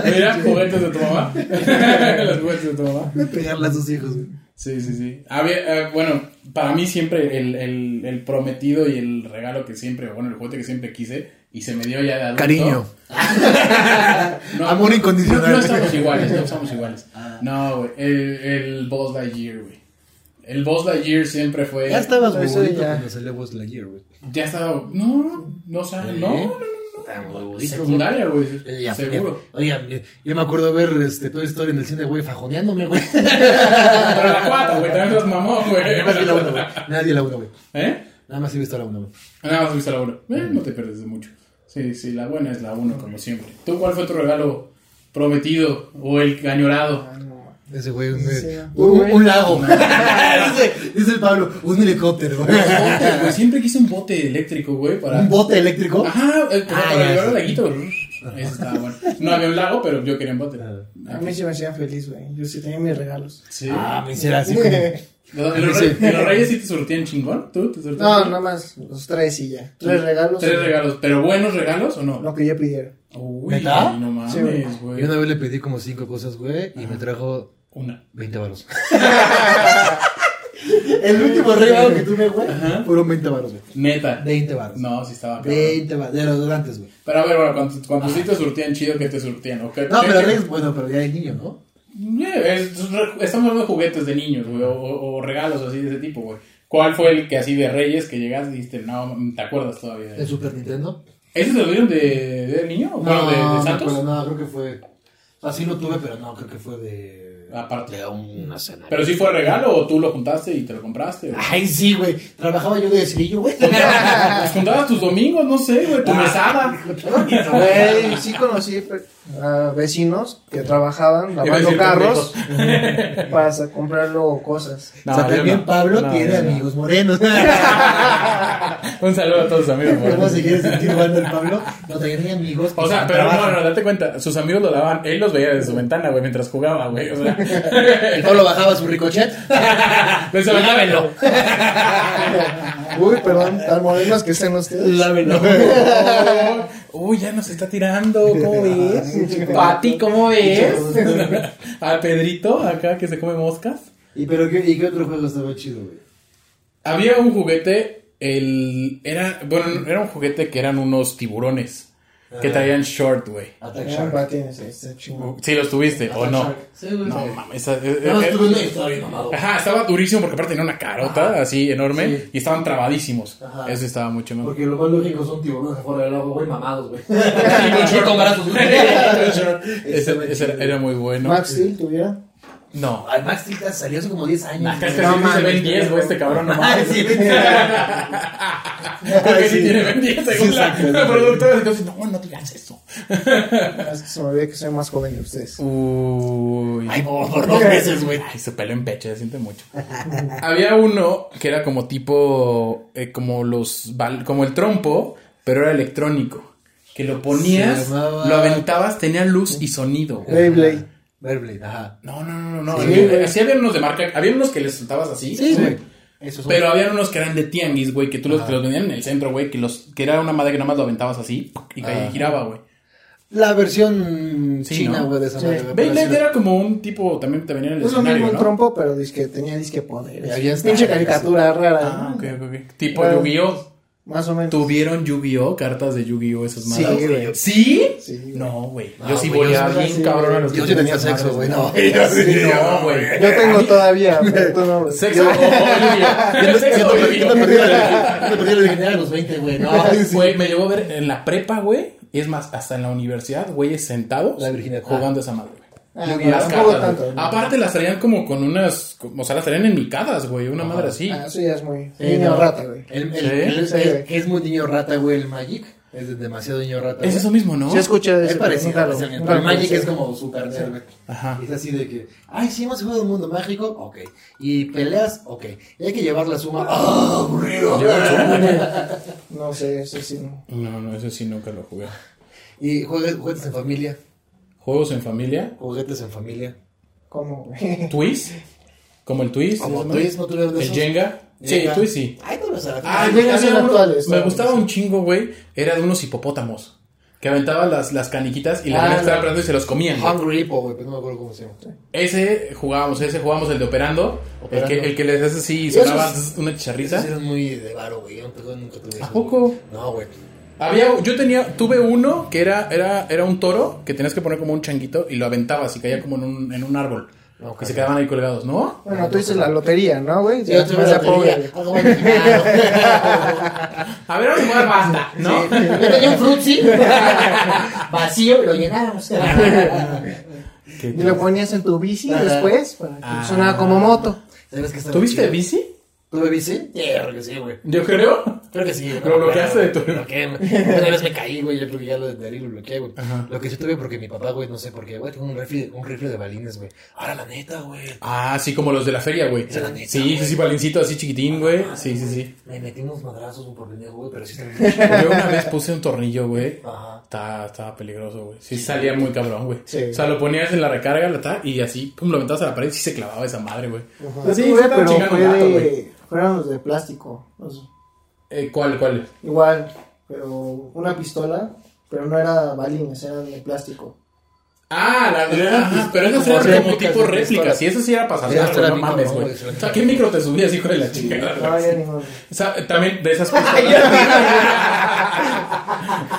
A: Mira, juguetes de tu mamá. Los juguetes de tu mamá.
B: De pegarle a sus hijos, güey.
A: Sí, sí, sí. Había, eh, bueno, para mí siempre el, el, el prometido y el regalo que siempre, bueno, el juguete que siempre quise y se me dio ya de adulto.
B: Cariño.
A: No,
B: Amor
A: no,
B: incondicional.
A: No, no estamos iguales, no estamos iguales.
B: Ah.
A: No, güey. El, el Boss Lightyear, güey. El Boss Lightyear siempre fue.
B: Eh, Ya estabas muy
C: Eso
B: bonito
C: ya.
B: cuando salió Buzz Lightyear, güey.
A: Ya estaba. No, no, o
B: Ah,
A: sea,
B: ¿Eh?
A: no, no, no.
B: Estábamos muy bonitos, güey.
A: Secundaria, güey.
B: Eh, ya,
A: Seguro.
B: ya. Oigan, eh, yo me acuerdo ver este, Toy Story en el cine, güey, fajoneándome, güey.
A: Pero la 4, güey, también los mamó, güey.
B: Nadie la uno, güey. Nadie la uno, güey.
A: ¿Eh? Ah,
B: Nada más he visto la uno, güey.
A: Nada más viste la 1. Eh, no te pierdes de mucho. Sí, sí, la buena es la 1, como siempre. ¿Tú cuál fue tu regalo prometido o el añorado?
C: Ah, no.
B: Ese güey, un,
C: Sí,
B: un,
C: güey.
B: un lago. dice, dice el Pablo, un helicóptero. güey.
A: Bote, güey. Pues Siempre quise un bote eléctrico, güey, para.
B: un bote eléctrico.
A: Ajá, eh,
B: Ah,
A: para
B: ya,
A: llevar
B: sí.
A: al laguito. Eso estaba bueno. No había un lago, pero yo quería un bote.
C: A mí se me hacía feliz, güey. Yo sí tenía mis regalos.
A: Sí.
B: Ah, me hiciera así como.
A: ¿En los, reyes, en los Reyes sí te surtían chingón? ¿Tú te surtían?
C: No, nada más los tres y ya. Tres regalos.
A: ¿Tres regalos? ¿Pero buenos regalos o no?
C: Lo que yo pidiera.
A: Uy,
B: ¿Neta?
A: no
C: Sí, güey.
A: mames,
B: Yo
A: güey.
B: una vez le pedí como cinco cosas, güey, y me trajo
A: Una.
B: 20 baros. el último regalo que tuve, güey,
A: Ajá.
B: fueron 20 baros, güey.
A: Neta.
B: 20 baros.
A: No, sí estaba cabrón.
B: 20 baros, de los durantes, güey.
A: Pero a ver, bueno, cuando, cuando sí te surtían chido, que te surtían? ¿O qué-
B: No,
A: qué-
B: pero
A: qué-
B: Rex, bueno, pero ya hay niño, ¿no?
A: Yeah, es- estamos hablando de juguetes de niños, güey, o, o- o regalos así de ese tipo, güey. ¿Cuál fue el que así de Reyes que llegaste y dijiste, no, te acuerdas todavía? de
B: El
A: eso?
B: Super Nintendo.
A: ¿Ese te lo dieron de, de niño? ¿O bueno, de, de
B: me
A: Santos?
B: acuerdo, no, creo que fue. Así lo tuve, pero no, creo que fue de.
A: Aparte.
B: De una cena.
A: ¿Pero sí fue regalo o tú lo juntaste y te lo compraste? güey?
B: Ay, sí, güey. Trabajaba yo de cerillo, güey.
A: Pues juntabas tus domingos, no sé, güey, tu mesada.
C: Güey, sí conocí pe- a vecinos que trabajaban
A: Iba a
C: lavando
A: decir
C: carros para sa- comprar luego cosas.
A: No,
B: o sea,
A: yo
B: también
A: no.
B: Pablo
A: No,
B: tiene
A: yo no.
B: amigos morenos.
A: Un saludo a todos sus amigos. güey.
B: ¿Cómo se quiere sentir bueno el Pablo? No tenía amigos. pues, que
A: O sea, pero no,
B: trabajan.
A: no, date cuenta, sus amigos lo daban, él los veía desde su ventana, güey, mientras jugaba, güey, o sea,
B: El Pablo bajaba su ricochet.
A: desde su ventana.
B: Lávenlo.
C: Uy, perdón, tan modernos que sean ustedes.
B: Lávenlo.
A: Uy, ya nos está tirando, ¿cómo ves? Pati, ¿cómo ves? A Pedrito, acá que se come moscas.
B: ¿Y, pero qué, ¿Y qué otro juego estaba chido, güey?
A: Había un juguete, el. Era. Bueno, era un juguete que eran unos tiburones. que
B: Ah.
A: traían short, güey.
B: Attack
C: Tenía un
B: Shark.
C: patines, está chingón.
A: Sí, los tuviste, ¿o
B: Attack
A: no?
B: Shark. Sí, güey.
A: No, mames. esa- eh,
B: No,
A: eh,
B: estuve en una historia, mamado.
A: Ajá, estaba durísimo porque aparte tenía una carota
B: Ajá.
A: así enorme
B: Sí.
A: y estaban trabadísimos.
B: Ajá.
A: Eso estaba mucho mejor.
B: Porque lo más lógico son tiburones afuera del agua, güey, mamados, güey.
A: short.
B: con brazos, güey.
A: Ese, ese era, era muy bueno.
C: Max Steel tuviera.
A: No.
B: Al Max Tilda salió hace como 10 años.
A: Acá
B: güey.
A: este
C: No
A: sí dice
C: mames,
A: Ben 10, güey, este cabrón no
B: Ay,
A: mames.
B: sí.
A: Creo que
C: Sí.
A: sí tiene Ben 10, según
C: Sí,
A: la,
C: exacto.
A: la productora. Entonces, no, no digas eso.
C: Es que se me olvida que soy más joven que ustedes.
A: Uy.
B: Ay, por por dos veces, güey.
A: Ay, su pelo en pecho, se siente mucho. Había uno que era como tipo, eh, como los, bal- como el trompo, pero era electrónico. Que lo ponías,
B: Se llamaba-
A: lo aventabas, tenía luz y sonido. güey.
C: Beyblade.
B: Beyblade, ajá.
A: No, no, no, no. no.
C: Eh. Sí,
A: Había-
C: güey.
A: así había unos de marca, había unos que les soltabas así.
B: Eso es
A: Pero había unos que eran de tianguis, güey, que tú
B: Ah.
A: los, que los vendían en el centro, güey, que los que era una madre que nada más lo aventabas así y caía,
B: Ah.
A: giraba, güey.
B: La versión
A: Sí,
B: china,
A: ¿no?
B: güey, de esa
C: Sí.
B: madre, güey,
A: Beyblade
B: pero
A: era como un tipo, también te venía en el
C: Es lo mismo
A: escenario,
C: un
A: ¿no?
C: trompo, pero disque, tenía disque
B: Ahí
C: poderes.
B: está,
C: Pinche
B: ahí está.
C: caricatura rara.
A: Ah,
C: ¿no?
A: ok, ok, ok. Tipo
C: Bueno.
A: Yu-Gi-Oh.
C: Más o menos.
A: ¿Tuvieron Yu-Gi-Oh? Cartas de Yu-Gi-Oh esas
C: Sí,
A: madres.
C: güey.
A: ¿Sí?
C: Sí, güey.
A: No, güey.
B: No,
A: yo sí
B: güey,
A: voy
B: yo
A: a
C: sí-
A: bien
C: sí,
A: cabrón a
C: güey.
A: los
B: Yo sí tenía sexo, güey, no. Yo sí,
A: Sí, no,
B: no,
A: güey.
C: Yo tengo todavía, pero tú no, güey.
A: Sexo. o Yu-Gi-Oh.
B: Yo te-
A: Sexo
B: yo
A: o
B: te- yo te
A: Yu-Gi-Oh.
B: perdí la- yo te perdí la virginidad a los 20, güey, no.
A: Güey, me llevó a ver en la prepa, güey. Y Es más, hasta en la universidad, güeyes sentados
B: La virginidad.
A: jugando esa madre, güey.
C: Ah,
A: Yu-Gi-Oh,
C: no,
A: las
C: tampoco
A: cartas,
C: tanto,
A: güey.
C: no.
A: Aparte las traían como con unas, o sea, las traían enmicadas, güey, una madre así.
C: Ah, eso ya es muy.
B: Sí,
C: niño
B: no.
C: rata, güey.
B: El- el-
A: Sí.
B: el-
C: Sí,
B: es-
C: güey.
B: Es muy niño rata, güey, el Magic. Es de- demasiado niño rata.
A: es
B: güey.
A: eso mismo, ¿no?
C: Sí, escuché de
B: Es
C: eso,
B: parecido,
C: nunca lo-
B: es el-
C: nunca
B: el
C: lo
B: Magic
C: conocí.
B: es como su carnal, güey.
A: Ajá.
B: Es así de que, ay, sí, hemos jugado un mundo mágico, ok. Y peleas, ok. Y hay que llevar la suma, ¡ah, aburrido!
C: No sé, eso sí. no.
A: No, no, eso sí nunca lo jugué.
B: Y juegue- juguetes en familia,
A: Juegos en familia.
B: juguetes en familia.
C: ¿Cómo, güey?
A: Twist. Como el Twist.
B: Como
A: ¿no?
B: tú dices, no tuvieron de
A: El
B: esos.
A: Jenga. Sí,
B: Jenga.
A: Twist sí.
B: Ay, no lo sabes.
A: Ah,
C: Ay,
A: güey,
C: Jenga son
A: había uno-
C: actuales,
A: Me
C: son
A: gustaba un
C: actuales.
A: chingo, güey. Era de unos hipopótamos. Que aventaban las, las caniquitas y la
B: Ah,
A: gente estaba
B: no.
A: hablando y se los comían. güey.
B: Hungry Hippo, güey, pero no me acuerdo cómo se llama.
A: Ese jugábamos, ese jugábamos el de Operando.
B: Operando.
A: El, que, el que les hace así y
B: Esos-
A: sonaba zzz, una chicharrita.
B: Esos eran muy de varo, güey. Yo no tuve- nunca tuve esos,
A: poco?
B: güey. No, güey.
A: Había, yo tenía, tuve uno que era, era, era un toro que tenías que poner como un changuito y lo aventabas y caía como en un, en un árbol.
B: Ok.
A: Y se quedaban ahí colgados, ¿no?
B: Ah,
C: Bueno, tú dices la lotería, ¿no, güey?
B: Yo tuve
C: más
B: la
C: pobre,
B: pobre. Algo más mexicano.
A: A ver, vamos a jugar basta, ¿no?
B: Sí. Yo tenía un frutzi vacío y lo Ah, llenábamos.
A: ¿Qué-
C: Y lo ponías en tu bici
B: Ajá.
C: después, para que
A: Ah.
C: sonaba como moto.
B: ¿Sabes qué estaba
A: ¿Tuviste
B: chido?
A: bici?
B: ¿Tuve bici? Sí, creo que sí, güey.
A: Yo creo.
B: Creo que sí.
A: Lo bloqueaste de tu-
B: Lo bloqueé, güey. Una vez me caí, güey. Yo creo que ya lo de ahí lo bloqueé, güey.
A: Ajá.
B: Lo que sí tuve porque mi papá, güey, no sé por qué, güey, tengo un rifle, un rifle de balines, güey. Ahora la neta, güey.
A: Ah, sí, como los de la feria, güey.
B: Sí, la neta, Ah,
A: Sí, sí, sí, balincito así chiquitín, güey. Sí, sí, sí.
B: Me metí unos madrazos güey, por pendejo, güey, pero sí estaba bien chido.
A: Yo una vez puse un tornillo, güey.
B: Ajá.
A: Estaba, estaba peligroso, güey. Sí, salía muy cabrón, güey.
C: Sí.
A: O sea, lo ponías en la recarga, la ta, y así, pum, lo aventabas a la pared y sí se clavaba esa madre, güey.
C: Yo
A: Sí, sí,
C: tuve,
A: estaban
C: Pues pero
A: chingando
C: fue
A: un rato, güey.
C: de, fueron los de plástico. los-
A: Eh, ¿Cuál, cuál?
C: igual, pero una pistola, pero no era balines, eran de plástico.
A: Ah, la, la- ah, pero esas
B: como
A: eran como
B: réplicas
A: tipo
B: de
A: réplicas.
B: pistolas.
A: Y eso sí era
B: Sí,
A: pasajero,
B: hasta era
A: no
B: mi
A: mames,
B: cabrón,
A: güey.
B: güey.
A: O sea, ¿qué micro te subías, hijo de la
C: No
A: chingada?
C: había ninguno.
A: O sea, también de esas cosas.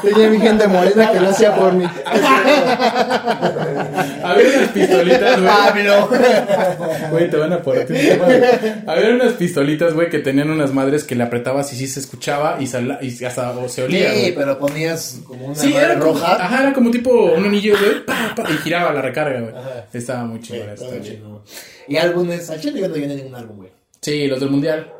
C: Tenía mi gente morena que lo hacía por mí.
A: Había unas pistolitas, güey.
B: Pablo.
A: Güey, te van a por ti. Había unas pistolitas, güey, que tenían unas madres que le apretabas y sí se escuchaba y, sala- y hasta o se olía,
B: Sí,
A: güey.
B: pero ponías como una
A: Sí,
B: madre
A: era como, Ah,
B: roja.
A: ajá, era como tipo un anillo, güey, pa, pa, y giraba la recarga, güey.
B: Ajá.
A: Estaba muy
B: Sí,
A: chido eso
B: todo
A: también.
B: chido. Y álbumes, al chile yo no llené ningún álbum, güey.
A: Sí, los del mundial.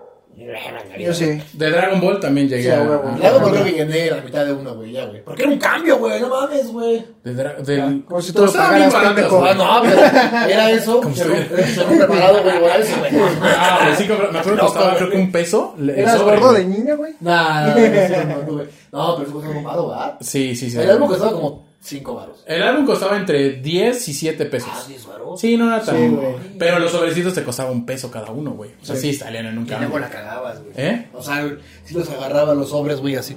C: Yo sí.
A: De Dragon Ball también llegué.
C: Sí,
A: a-
C: a huevo.
A: a-
B: El álbum creo que llené la mitad de uno, güey, ya, güey. Porque era un cambio, güey, no mames, güey.
A: de Dra- del-
C: Ah, Como si tú lo
A: Estaban bien
C: pagaras,
A: baratas,
C: pendejo.
A: güey.
B: Ah, no, pero era eso.
A: Como
B: Se
A: estoy.
B: se fue preparado, güey, igual eso, güey.
A: Ah, güey, sí, cabrón, me acuerdo que
B: Loco,
A: costaba
B: güey.
A: creo que un peso. le-
C: ¿Eras
A: sobre,
C: gordo
A: güey.
C: de niña, güey?
B: Nah, no, no, no, no, güey. No, pero eso fue bombado, ¿verdad?
A: Sí, sí, sí.
B: El álbum costaba como 5 baros.
A: El álbum costaba entre 10 y 7 pesos.
B: Ah, 10 baros.
A: Sí, no era tan.
C: Sí, güey.
A: pero los sobrecitos te costaban un peso cada uno, güey. O sea, sí,
C: Sí.
A: salían en un
B: Y luego
A: cambio.
B: la cagabas, güey.
A: ¿Eh?
B: O sea, si los agarraba los sobres, güey, así.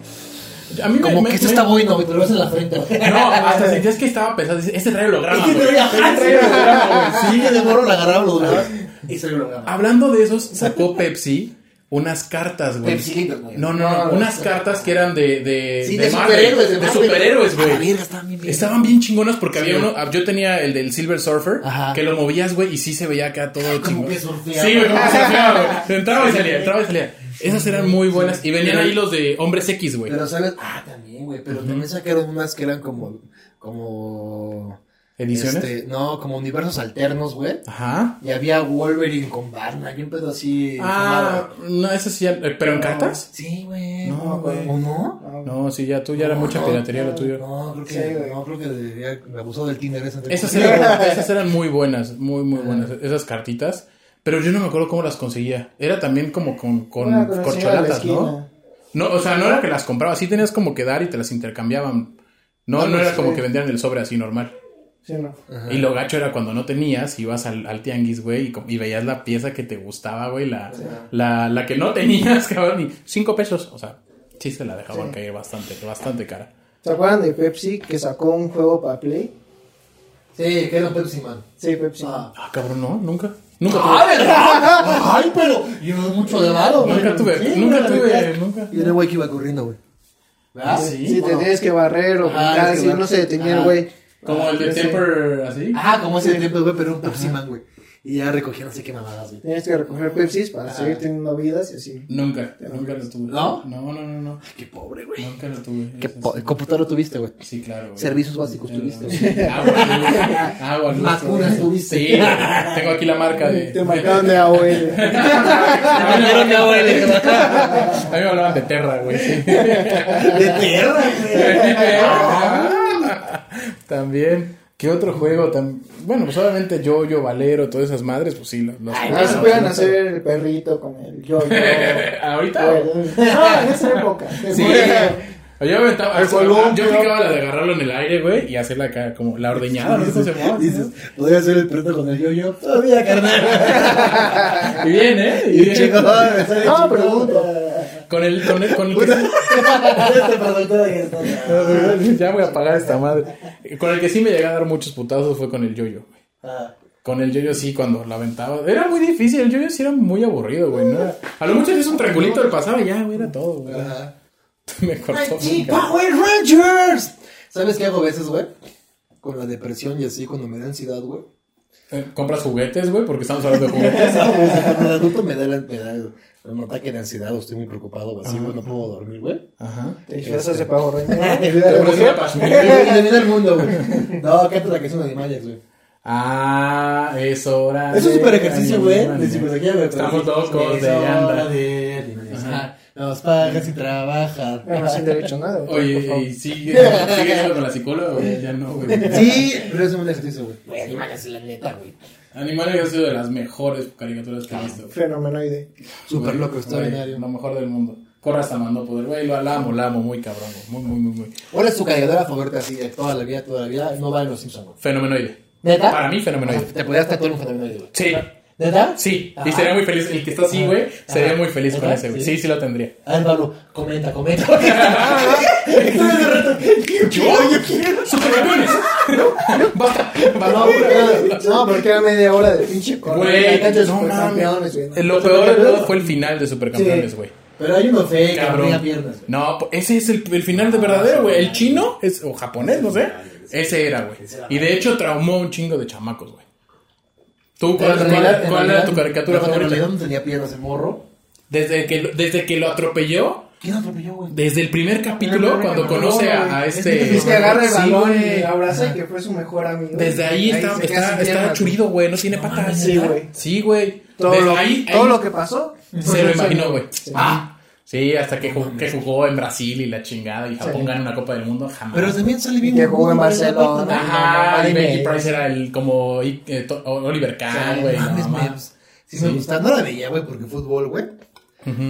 A: A mí me-
B: Como
A: me-
B: que esto
A: me-
B: está bueno, güey, te lo ves en la frente, güey.
A: No, hasta sentías que estaba pesado. Dices, Este trae holograma.
B: Este
A: güey.
B: trae-
A: Este
B: ajá,
A: trae
B: Ah, sí.
A: holograma, güey. Ah,
B: Sí, de morro la agarraba, lo doblaba y se lo grababa.
A: Hablando de esos, sacó Pepsi unas cartas, güey.
B: Pepsilitos, güey.
A: No, no, no, unas cartas que eran de, de,
B: Sí,
A: de
B: de,
A: Marvel,
B: superhéroes,
A: de
B: Marvel.
A: superhéroes,
B: A la
A: güey.
B: verga, estaban bien bien.
A: Estaban bien chingonas porque
B: Sí.
A: había uno. ah, Yo tenía el del Silver Surfer
B: Ajá.
A: que lo movías, güey, y sí se veía acá todo
B: Como
A: chingón.
B: que surfeaba.
A: Sí, güey, como que surfeaba, güey. Entraba y salía, entraba y salía. Esas eran muy buenas. Y venían ahí los de hombres X, güey.
B: Pero sabes, ah, también, güey, pero también sacaron unas que eran como como
A: Ediciones.
B: este, no, como universos alternos, güey.
A: Ajá.
B: Y había Wolverine con Barna, y un pedo así.
A: Ah,
B: fumado.
A: no, esas sí ya. eh, ¿Pero en cartas?
B: Sí, güey.
A: No,
B: No,
A: güey.
B: ¿O no?
C: No,
A: No, sí, ya tú ya era
B: No,
A: mucha
B: no,
A: piratería lo tuyo.
B: No, creo que,
C: Sí, güey.
B: no, creo que debería- me abusó del Tinder ese.
A: Esas eran, esas eran muy buenas, muy, muy buenas, esas cartitas. Pero yo no me acuerdo cómo las conseguía. Era también como con, con
C: Bueno, con el señor de la
A: corcholatas, ¿no?
C: esquina.
A: No, o sea, no era que las comprabas, sí tenías como que dar y te las intercambiaban. No,
C: No,
A: no era
C: sí.
A: como que vendían el sobre así normal.
C: Sí, no.
A: Y lo gacho era cuando no tenías, ibas al, al tianguis, güey, y, co- y veías la pieza que te gustaba, güey, la, la, la que no tenías, cabrón, y cinco pesos. O sea, sí se la dejaban
C: Sí.
A: caer bastante, bastante cara.
C: ¿Se acuerdan de Pepsi que sacó un juego para Play?
B: Sí, que era Pepsi Man.
C: Sí, Pepsi.
B: Ah.
A: Ah, cabrón, no, nunca. Nunca
B: ¡Ah,
A: tuve.
B: verdad! ¡Ay, pero! Yo mucho de varo, güey.
A: Nunca tuve,
B: Sí,
A: nunca
B: güey,
A: tuve,
B: ¿verdad?
A: nunca.
B: Y era güey que iba corriendo, güey. ¿Verdad?
A: Ah, sí. Ah,
C: Si te tienes que barrer o
B: Ajá,
C: brincar,
B: es que
C: si
B: va-
C: no se detenía el
B: ajá.
C: güey.
A: Como el de
C: Ese.
A: Temper, así.
B: Ah, como ese tiempo, güey, pero era un Pepsi Man, güey. Y ya recogía no sé qué mamadas, güey.
C: Tienes que recoger Pepsis para
B: Ajá.
A: Ah.
C: seguir teniendo vidas y así.
A: Nunca, nunca lo tuve.
B: ¿No?
A: No, no, no, no.
B: Qué pobre, güey.
A: Nunca lo tuve.
B: ¿Qué
A: Eso
B: po-
A: sí.
B: computadora tuviste, güey?
A: Sí, claro. güey.
B: Servicios básicos
A: Ya,
B: tuviste.
A: güey. Agua, luz, agua, luz.
B: Vacunas Ah, tuviste.
A: Sí, güey. tengo aquí la marca de.
C: Te marcaron de E. AOL.
B: Ah,
A: A mí me A mí me hablaban de Terra, güey.
B: De tierra,
A: También. ¿Qué otro juego? tan- Bueno, pues obviamente yo, yo, Valero, todas esas madres, pues sí. Los, los-
C: Ah, se pueden hacer Oh, el perrito con el yo-yo.
A: Eh, ¿Ahorita?
C: No, en esa época.
A: Sí. Yo aventaba,
C: El columpio.
A: yo aplicaba la de agarrarlo en el aire, güey, y hacerla acá como la ordeñada, ¿no? ¿Cómo se llamaba?
B: Dices, podría ser el perrito con el yo-yo. Todavía, carnal.
A: Y bien, ¿eh? Y
B: Y
A: bien.
B: chico, me sale
C: No,
B: chingón.
C: pregunta.
A: Con el, con el, con el que-
B: Este productor que está-
A: ya voy a apagar esta madre. Con el que sí me llegué a dar muchos putazos fue con el yoyo, güey.
B: Ah.
A: Con el yoyo sí, cuando la aventaba. Era muy difícil, el yoyo sí era muy aburrido, güey. ¿no? A lo mucho es un triangulito del pasado y ya, güey, era todo, güey.
B: Ajá.
A: Me cortó.
B: ¡Mighty Power Rangers! ¿Sabes qué hago a veces, güey? Con la depresión y así, cuando me da ansiedad, güey.
A: Eh, Compras juguetes, güey, porque estamos hablando de juguetes.
B: Cuando de adulto me da, la, me da un ataque de ansiedad, o estoy muy preocupado, o así, güey, no puedo dormir, güey.
A: Ajá.
C: Te disfrazas de pavo reño.
A: Te pones una pashmina.
B: Me viene el mundo, güey. No, canta la canción de Animaniacs, güey.
A: Ah, es hora.
B: Es un
A: de
B: super ejercicio, güey, de
A: animales.
B: psicología, güey. pero
A: Estamos
B: sí.
A: locos
B: Es
A: de
B: hora
A: anda.
B: de Animaniacs. Ajá. Nos pagas y trabajas.
C: No, sin derecho a nada. por
A: Oye,
C: favor.
A: ¿y sigue, sigue yendo con la psicóloga, güey? Ya no, güey.
B: Sí, pero es un buen ejercicio, güey. Güey, Animaniacs es la neta, güey.
A: Animales ha sido de las mejores caricaturas que he visto. güey.
C: Fenomenoide.
B: Ah, Súper
A: Güey,
B: loco,
A: güey,
B: extraordinario.
A: Lo mejor del mundo. Corra hasta mandó poder, güey. Lo alamo, lo amo, muy cabrón, güey. Muy, muy, muy, muy.
B: ¿Cuál es tu cargadora favorita así de toda la vida, toda la vida? No valen los Simpsons, güey.
A: Fenomenoide.
B: ¿Neta?
A: Para mí,
B: O sea,
A: fenomenoide.
B: Te podías tatuar un fenomenoide, güey.
A: Sí,
B: ¿Neta?
A: sí. Y
B: Ajá.
A: sería muy feliz. El que está así, güey, sería
B: Ajá.
A: muy feliz con
B: Ajá,
A: ese, güey.
B: sí.
A: Sí, sí lo tendría.
B: A ver, Pablo, comenta, comenta. ¿Yo? ¿Yo quiero?
A: ¡Supercampeones! Basta,
C: No,
A: basta.
C: porque- no, porque era media hora de pinche correr.
A: Güey,
C: La cancha de
A: no
C: supercampeones, güey.
A: Lo peor de todo fue el final de Supercampeones,
C: Sí.
A: güey.
B: Pero hay uno fake,
A: Cabrón.
B: cabrón. Tenía piernas, güey. Ah,
A: No, po- ese es el, el final de verdadero, güey. El chino es, o japonés, no sé. Ese era, güey. Y de hecho traumó un chingo de chamacos, güey. ¿Tú cuál,
B: En
A: cuál-
B: realidad- en
A: cuál era
B: realidad-
A: tu caricatura
B: no, En realidad
A: favorita?
B: no tenía piernas el morro.
A: Desde que, lo- desde que lo atropelló,
B: ¿Quién atropelló, güey?
A: desde el primer capítulo,
C: Pero,
A: cuando
C: no,
A: conoce
C: güey.
A: a, a este...
C: Es que agarra el
A: Sí,
C: balón y
A: güey.
C: lo abraza y que fue su mejor amigo.
A: Desde ahí está,
C: se queda
A: está,
C: sin
A: está
C: piernas,
A: churido, güey. No tiene
B: mames,
A: patas.
C: sí, güey.
A: Sí, güey.
C: Todo,
A: Desde
C: lo,
A: ahí-
C: todo
A: ahí-
C: lo que pasó.
A: Se lo imaginó, güey.
C: Sí.
A: Ah, sí, hasta que jugó, que jugó en Brasil y la chingada y Japón gana una Copa del Mundo, jamás.
B: Pero también sale bien.
C: Que
B: un
C: jugó en
B: güey,
C: Barcelona.
B: güey.
A: Ajá, y
C: Ay,
A: Becky
C: me-
A: Price era el como I- eh, to- Oliver Kahn, Ah, güey.
B: Ay, mames,
A: no mames.
B: memes. Sí, me
A: Sí.
B: gustaba. No la veía, güey, porque fútbol, güey.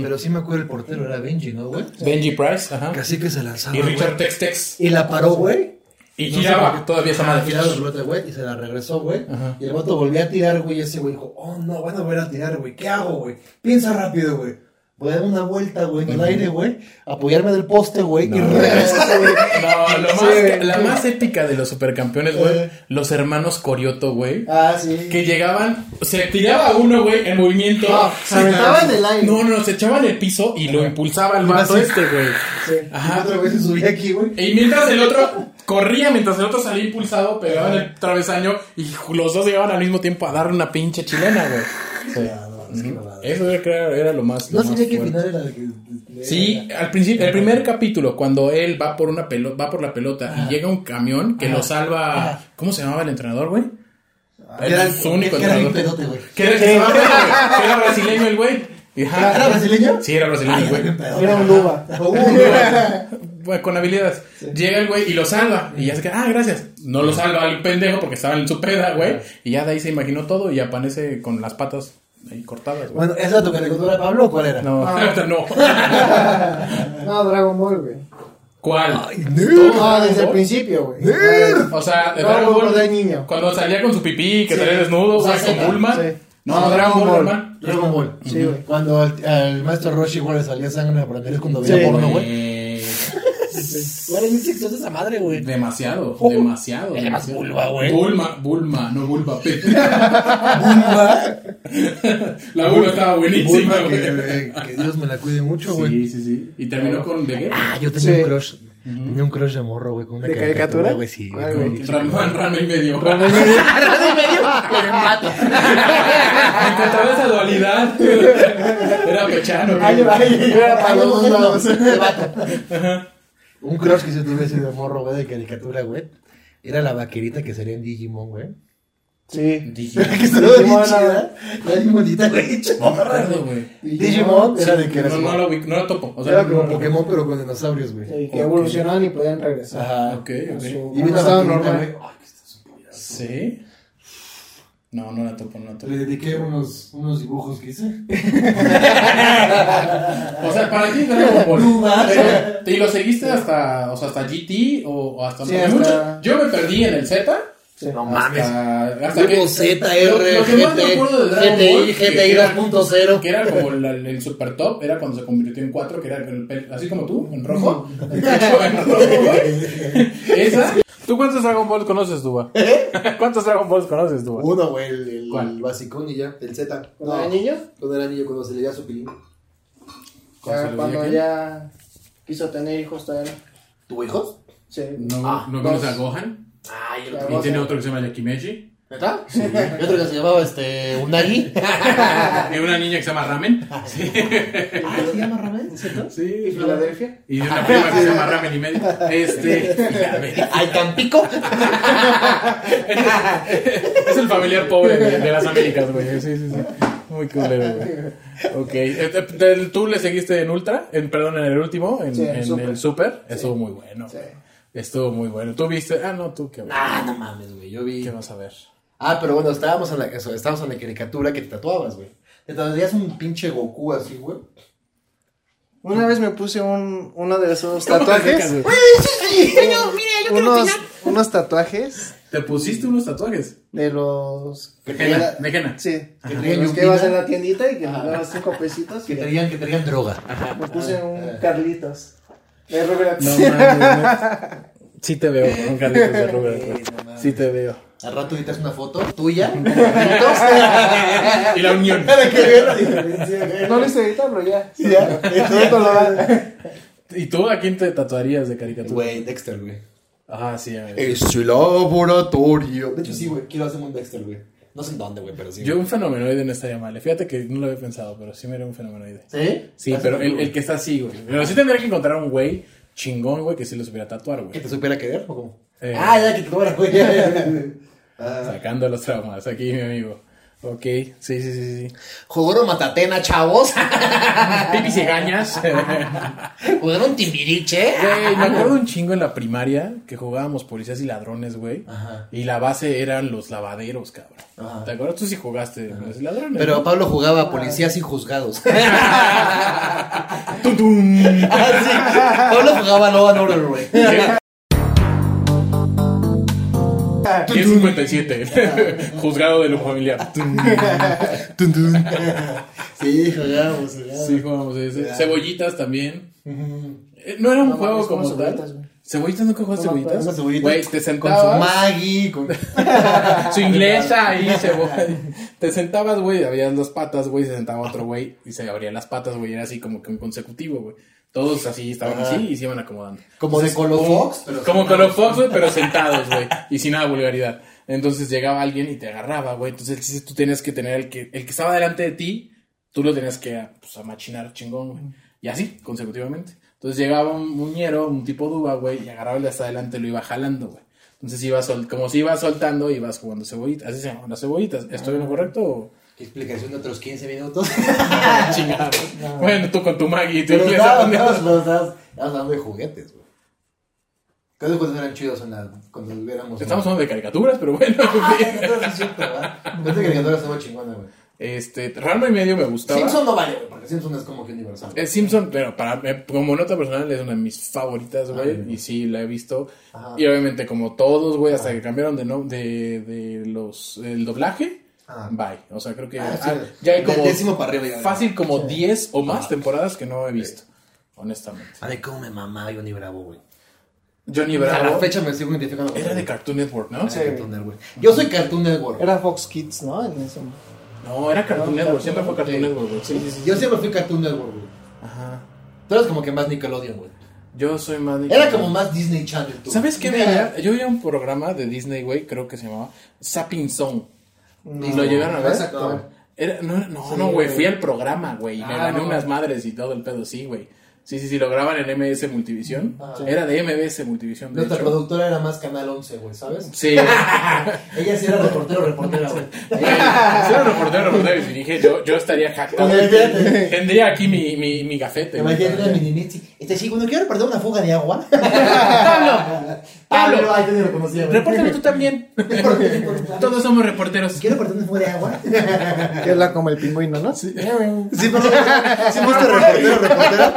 B: Pero sí me acuerdo el portero era Benji, ¿no, güey?
A: Benji Price, ajá.
B: Casi que se lanzaba.
A: Y
B: güey.
A: Richard Tex Tex.
B: Y la paró, güey.
A: Y
B: No sé por
A: giraba
B: qué.
A: todavía esa
B: Ah,
A: madre.
B: giraba el rulete, güey, y se la regresó, güey.
A: Ajá.
B: Y el vato volvió a tirar, güey, y ese güey dijo, oh, no, van a volver a tirar, güey, ¿qué hago, güey? Piensa rápido, güey. Voy a dar una vuelta, güey, en el aire, güey. Apoyarme del poste, güey. Y
A: No.
B: regresar, güey.
A: No, lo
B: Sí,
A: más-
B: güey.
A: la más épica de los supercampeones, güey.
B: Eh.
A: Los hermanos Corioto, güey.
B: Ah, sí.
A: Que llegaban, se tiraba uno, güey, en movimiento.
B: No,
A: se
B: Ah, se aventaba en el aire.
A: No, no, se echaba en el piso y lo impulsaba el vato
B: Así.
A: este, güey.
B: Sí.
A: Ajá.
B: Y otra vez se subía aquí, güey.
A: Y mientras el otro corría, mientras el otro salía impulsado, pegaba en el travesaño y los dos llegaban al mismo tiempo a darle una pinche chilena, güey.
B: Ah, no, es que mamada.
A: Eso yo creo era lo más.
B: No
A: lo más
B: sabía que el
A: fuerte.
B: final era la que.
A: Sí, al principio, el primer capítulo, cuando él va por una pelo- va por la pelota y llega un camión que lo salva. ¿Cómo se llamaba el entrenador, güey?
B: Ah, Era
A: su único
B: que Era bien
A: entrenador.
B: pedote, güey.
A: Que era, el que se llamaba, güey, que era brasileño el güey. Y, ajá.
B: ¿Era brasileño?
A: Ah, Sí, era brasileño,
B: Ay,
A: el güey.
B: bien pedote.
C: Era un luba.
A: Bueno, con habilidades. Llega el güey y lo salva. Y ya se queda, ah, gracias. No lo salva al pendejo porque estaba en su peda, güey. Y ya de ahí se imaginó todo y aparece con las patas ahí cortadas, güey.
B: Bueno, ¿esa era tu caricatura, Pablo, o cuál era?
A: No, no.
C: No, Dragon Ball, güey.
A: ¿Cuál?
C: No, desde el principio, güey.
B: Nerd.
A: O sea, de
C: No,
A: Dragon
C: cuando
A: Ball.
C: era niño.
A: Cuando salía con su pipí, que salía desnudo,
B: O sea,
A: güey, con
B: sí.
A: Bulma.
C: Sí.
A: No, Dragon Ball, hermano.
B: Dragon Ball.
C: Sí, güey.
B: Cuando al, al maestro Roshi, güey, le salía sangre en la pantalla cuando veía
C: Sí.
B: porno, güey.
A: Eh,
B: Güey, es sexosa esa madre, güey.
A: Demasiado, demasiado.
B: Oh. Era más
A: demasiado.
B: vulva, güey.
A: Bulma, Bulma, no Bulba. La Bulma estaba buenísima,
B: Bulma,
A: güey.
B: que, eh, que Dios me la cuide mucho, güey.
A: Sí, sí, sí. Y terminó con de
B: Ah, yo tenía
C: Sí.
B: un crush. Tenía un crush de morro, güey, con una
C: ¿De caricatura?
B: güey, sí.
C: Ay,
B: güey.
C: güey.
A: Ramón, Rama y medio.
B: ¡Rana y medio! ¡Me mato!
A: Me encantaba esa dualidad. Era pechano. güey.
C: Ay, ay, yo era
B: A
C: para
B: los dos
C: los
B: lados.
C: lados.
B: El vato. Un crush que yo tuve así de morro, güey, de caricatura, güey. Era la vaquerita que salía en Digimon, güey.
C: Sí.
A: Dije,
B: Que estaba bien
C: Digimon,
B: chida. La bien bonita, güey. Chorra,
A: "Gordo,
B: güey.
A: güey".
B: Digimon era de que
A: No,
B: eras
A: no
B: morro.
A: lo ubico, no lo topo. O sea,
B: Era como Pokémon, pero con dinosaurios, güey.
C: Sí, que evolucionaban y podían regresar.
B: Ajá.
A: Ok,
C: a
A: ok.
C: su-
B: Ah, Y vi
C: a su
B: la
C: estado
B: vaquerita,
C: normal.
B: güey. Ay, que está su polla.
A: Sí. No, no la topo, no la topo.
B: Le dediqué unos, unos dibujos que hice.
A: O sea, para ti es Dragon Ball.
B: No más.
A: Pero, ¿Y lo seguiste hasta, o sea, hasta GT o, o hasta,
C: Sí, hasta-
A: Yo me perdí en el Z. Ah,
C: Sí.
B: No
A: Hasta, hasta
B: Grupo
A: que,
B: Z,
A: Lo-
B: R,
A: lo que más me acuerdo de Dragon Ball,
B: GTI,
A: que
B: GTI
A: era-
B: 2.0.
A: que era como la- el super top, era cuando se convirtió en 4, que era el pelo, así como tú, en rojo. El pecho en rojo. Esa. ¿Tú cuántos Dragon Balls conoces, Duba? ¿Cuántos Dragon Balls conoces, Duba?
D: Uno, güey, el, el,
A: ¿Cuál?
D: el basicón y ya, el Z.
C: ¿Cuando era niño?
D: Cuando era niño, cuando se le dio a su pilín.
A: ¿Cuándo se lo
C: Ya, Cuando
A: dije?
C: ya quiso tener hijos todavía. no.
D: ¿Tuvo hijos?
C: Sí.
A: ¿No,
D: Ah,
A: ¿no
C: dos.
A: conoces a Gohan?
D: Ay, el
C: La
D: otro.
A: ¿Y
C: Gohan.
A: tiene otro que se llama Yakimeji?
D: ¿Neta?
B: Y otro que se llamaba este, Unagi.
A: ¿Y una niña que se llama Ramen? Sí.
B: ¿Se llama Ramen? ¿Cierto?
A: Sí.
C: ¿Y Filadelfia?
A: Y de una prima que se llama Ramen y medio. Este. la verga.
B: Al Tampico.
A: Es el familiar pobre de, de las Américas, güey. Sí, sí, sí. Muy culero, güey. Ok. Eh, eh, del- ¿Tú le seguiste en Ultra? En, perdón, en el último, en,
C: Sí, en
A: en
C: Super.
A: el Super. Estuvo muy bueno. güey. Estuvo muy bueno. ¿Tú viste? Ah, no, tú, qué,
D: Ah, no mames, güey, yo vi.
A: ¿qué vas a ver?
D: Ah, pero bueno, estábamos en la, eso, estábamos en la caricatura que te tatuabas, güey. Te tatuarías un pinche Goku así, güey.
C: Una vez me puse un, uno de esos
A: ¿Cómo te sacas,
C: tatuajes.
A: güey?
C: unos, unos tatuajes
A: ¿Te pusiste unos tatuajes?
C: de los.
A: ¿De
C: que
A: henna?
C: era-
A: ¿De henna?
C: Sí.
B: Que traía
C: de los
B: yumpita.
C: que ibas en la tiendita y que me dabas cinco pesitos.
B: Que
C: y
B: traían, que traían droga.
C: Me puse un Carlitos. De Rugrats.
A: No, mames, no. Sí te veo con un carrito de Rugrats, güey. Sí te veo.
D: Al rato editas una foto tuya.
A: Y la unión.
C: Eh, No lo hice ahorita, pero ya.
B: Ya.
C: Todo colorado.
A: ¿Y tú a quién te tatuarías de caricatura?
D: Güey, Dexter, güey.
A: Ah, sí, a ver.
D: Es el laboratorio. De hecho, sí, güey, quiero hacerme un Dexter, güey. No sé en dónde, güey, pero sí.
A: Yo un fenomenoide no estaría mal. Fíjate que no lo había pensado, pero sí me era un fenomenoide.
D: ¿Sí?
A: Sí, pero el, el que está así, güey. Pero sí tendría que encontrar un güey chingón, güey, que sí lo supiera tatuar,
D: ¿Que
A: güey.
D: te supiera querer o cómo?
A: Eh.
D: Ah, ya, que te tatuara, güey. ya, ya, ya. Ah.
A: Sacando los traumas, aquí mi amigo. Ok, sí, sí, sí, sí.
D: Jodoro Matatena, chavos.
A: Pipis y gañas.
D: Jugaron timbiriche.
A: Güey,
B: Ah.
A: me acuerdo un chingo en la primaria que jugábamos policías y ladrones, güey.
D: Ajá.
A: Y la base eran los lavaderos, cabrón.
D: Ajá.
A: ¿Te acuerdas? Tú sí jugaste los ladrones.
D: Pero
A: ¿no?
D: Pablo jugaba a policías y juzgados.
A: ¡Tum, tum!
D: Pablo jugaba a Law and Order, güey.
A: 1057. Juzgado de lo familiar.
B: Tun, tun. sí, jugábamos, jugábamos.
A: Sí, jugábamos ese. Cebollitas también.
B: Ujú.
A: Eh, No era un
C: No,
A: juego
C: mames,
A: como
C: como cebollitas,
A: tal.
C: güey.
A: ¿Cebollitas nunca jugaste
C: No,
A: cebollitas?
B: pero- Cebollitas.
A: Güey, te
B: Con su
A: sentabas.
B: Maggie, con...
A: Su inglesa ahí, cebolla. Te sentabas, güey, abrías las patas, güey, se sentaba otro güey y se abrían las patas, güey, era así como que un consecutivo, güey. Todos así estaban
B: Ajá.
A: así y se iban acomodando.
B: Como de Colo Fox, pero
A: Como con los Fox, güey, pero sentados, güey, y sin nada de vulgaridad. Entonces llegaba alguien y te agarraba, güey. Entonces el chiste tú tenías que tener el que el que estaba delante de ti, tú lo tenías que pues, amachinar chingón, güey. Y así, consecutivamente. Entonces llegaba un muñero, un tipo duba, güey, y agarraba el de hasta adelante y lo iba jalando, güey. Entonces ibas sol- como si ibas soltando, ibas jugando cebollitas. Así se llaman las cebollitas. ¿Estoy en lo correcto o
B: Explicación de otros 15 minutos.
A: chingado? Bueno, tú con tu Maggie y tu
B: Ah. Pero
A: inglesa.
B: estabas,
A: ¿dónde andas?
B: estabas, pero estabas- estabas hablando de juguetes, güey. Que esos juguetes eran chidos en la, cuando éramos...
A: Estamos hablando de caricaturas, pero bueno.
B: Ah, entonces es cierto, ¿verdad? Esta caricatura estaba chingona, güey.
A: Este, raro y medio me gustaba.
B: Simpson no vale, güey, porque Simpson es como que universal.
A: Eh, Simpson, pero para eh, como nota personal es una de mis favoritas, güey.
B: Ah,
A: y sí, la he visto.
B: Ajá. Ah.
A: Y obviamente, como todos, güey, hasta que cambiaron de, no, de, de los el doblaje,
B: Ah.
A: bye. O sea, creo que
B: Ah, sí.
A: ah, ya hay
B: Del
A: como
B: décimo Ah. para arriba, ya.
A: fácil como 10 o más temporadas que no he visto, honestamente.
B: A ver, Ah, cómo me mamá Johnny Bravo, güey.
A: Johnny
B: A la
A: Bravo
B: fecha me sigo identificando. con
A: era
B: él.
A: de Cartoon Network, ¿no?
B: Era de Cartoon Network. Yo soy Cartoon Network.
C: Era Fox Kids, ¿no? En ese momento.
A: No, era Cartoon
C: No,
A: Network,
C: Cartoon
A: siempre fue Cartoon Network, güey.
B: Sí, sí, sí. Yo siempre fui Cartoon Network, güey.
A: Ajá.
B: Tú eres como que más Nickelodeon, güey.
A: Yo soy más de-
B: Era como más Disney Channel, tú.
A: ¿Sabes qué
B: Nah.
A: veía? Yo veía un programa de Disney, güey, creo que se llamaba Sapping Zone.
B: No.
A: ¿Lo llegaron a ver?
B: Exacto.
A: Era- no, no,
C: Sí,
A: no, güey,
C: güey.
A: fui al programa, güey, y me
B: Ah,
A: gané
B: no.
A: unas madres y todo el pedo, sí, güey. Sí, sí, sí, lo graban en MS Multivisión.
B: Ah.
A: Era de MBS Multivisión, de
B: Nuestra
A: hecho.
B: productora era más Canal 11, güey, ¿sabes?
A: Sí, güey.
B: Ella sí era reportero, reportera, güey.
A: Sí, era reportero, reportero, y dije, yo, yo estaría jactado.
B: Imagínate.
A: Tendría aquí mi, mi, mi gafete. güey.
B: Imagínate a mi niñichi. Este chico, no quiero perder una fuga de agua.
A: ¡Pablo! ¡Pablo!
B: Ay, yo ni lo conocía, güey.
A: Repórtame tú también. Todos somos reporteros.
B: Quiero perder una fuga de agua.
C: Que la como el pingüino, ¿no? Sí.
B: Sí, perdón. Sí, fuiste reportero, reportero.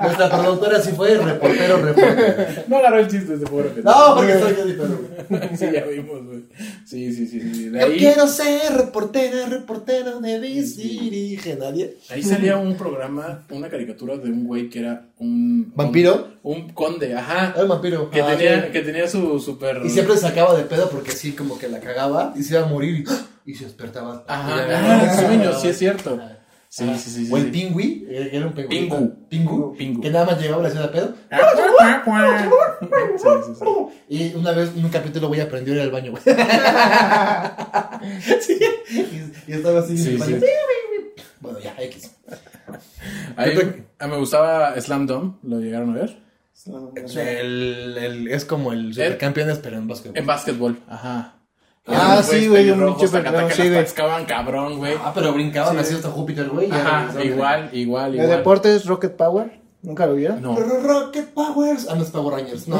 B: Nuestra productora sí fue reportero, reportero.
A: No agarró el chiste ese pobre.
B: No, porque soy yo diferente.
A: Sí, ya vimos, güey. Sí, sí, sí, sí. De
B: Yo
A: ahí,
B: quiero ser reportera, reportero de mis dirige nadie.
A: ahí salía un programa, una caricatura de un güey que era un...
B: ¿Vampiro?
A: Un conde, ajá.
B: Ay, vampiro.
A: Que
B: Ah,
A: tenía,
B: sí.
A: que tenía su super...
B: Y siempre se sacaba de pedo porque sí, como que la cagaba y se iba a morir y, y se despertaba.
A: Ajá,
B: Y ya-
A: ah, el sueño, sí es cierto. Sí,
B: Ajá.
A: sí, sí, sí,
B: O el
A: sí.
B: pingüi, eh, que era un pingüino.
A: Pingu.
B: Pingu.
A: Pingu.
B: Que nada más llegaba a la ciudad de pedo.
A: Sí, sí, sí.
B: Y una vez en un capítulo voy a aprender a ir al baño, güey. sí. Y, y estaba así
A: Sí,
B: en el baño.
A: sí.
B: Bueno, ya, X.
A: Ahí- ah, me gustaba Slam Dunk, ¿lo llegaron a ver?
B: El, el- es como el em- supercampeones, pero en básquetbol.
A: En básquetbol, ajá.
C: Ah,
A: Esos
C: sí,
A: güeyes
C: güey, un
A: pelirrojos,
C: pinche
A: taca, taca,
C: pelirrojo, sí,
A: las
C: güey.
A: tascaban cabrón, güey.
B: Ah, pero brincaban así hasta Júpiter, güey. y ya
A: Ajá,
B: regresaban.
A: igual, igual,
C: De
A: igual.
C: deportes, Rocket Power. ¿Nunca lo vieron?
A: No.
B: Pero Rocket Powers. Ah, no es Power Rangers. No.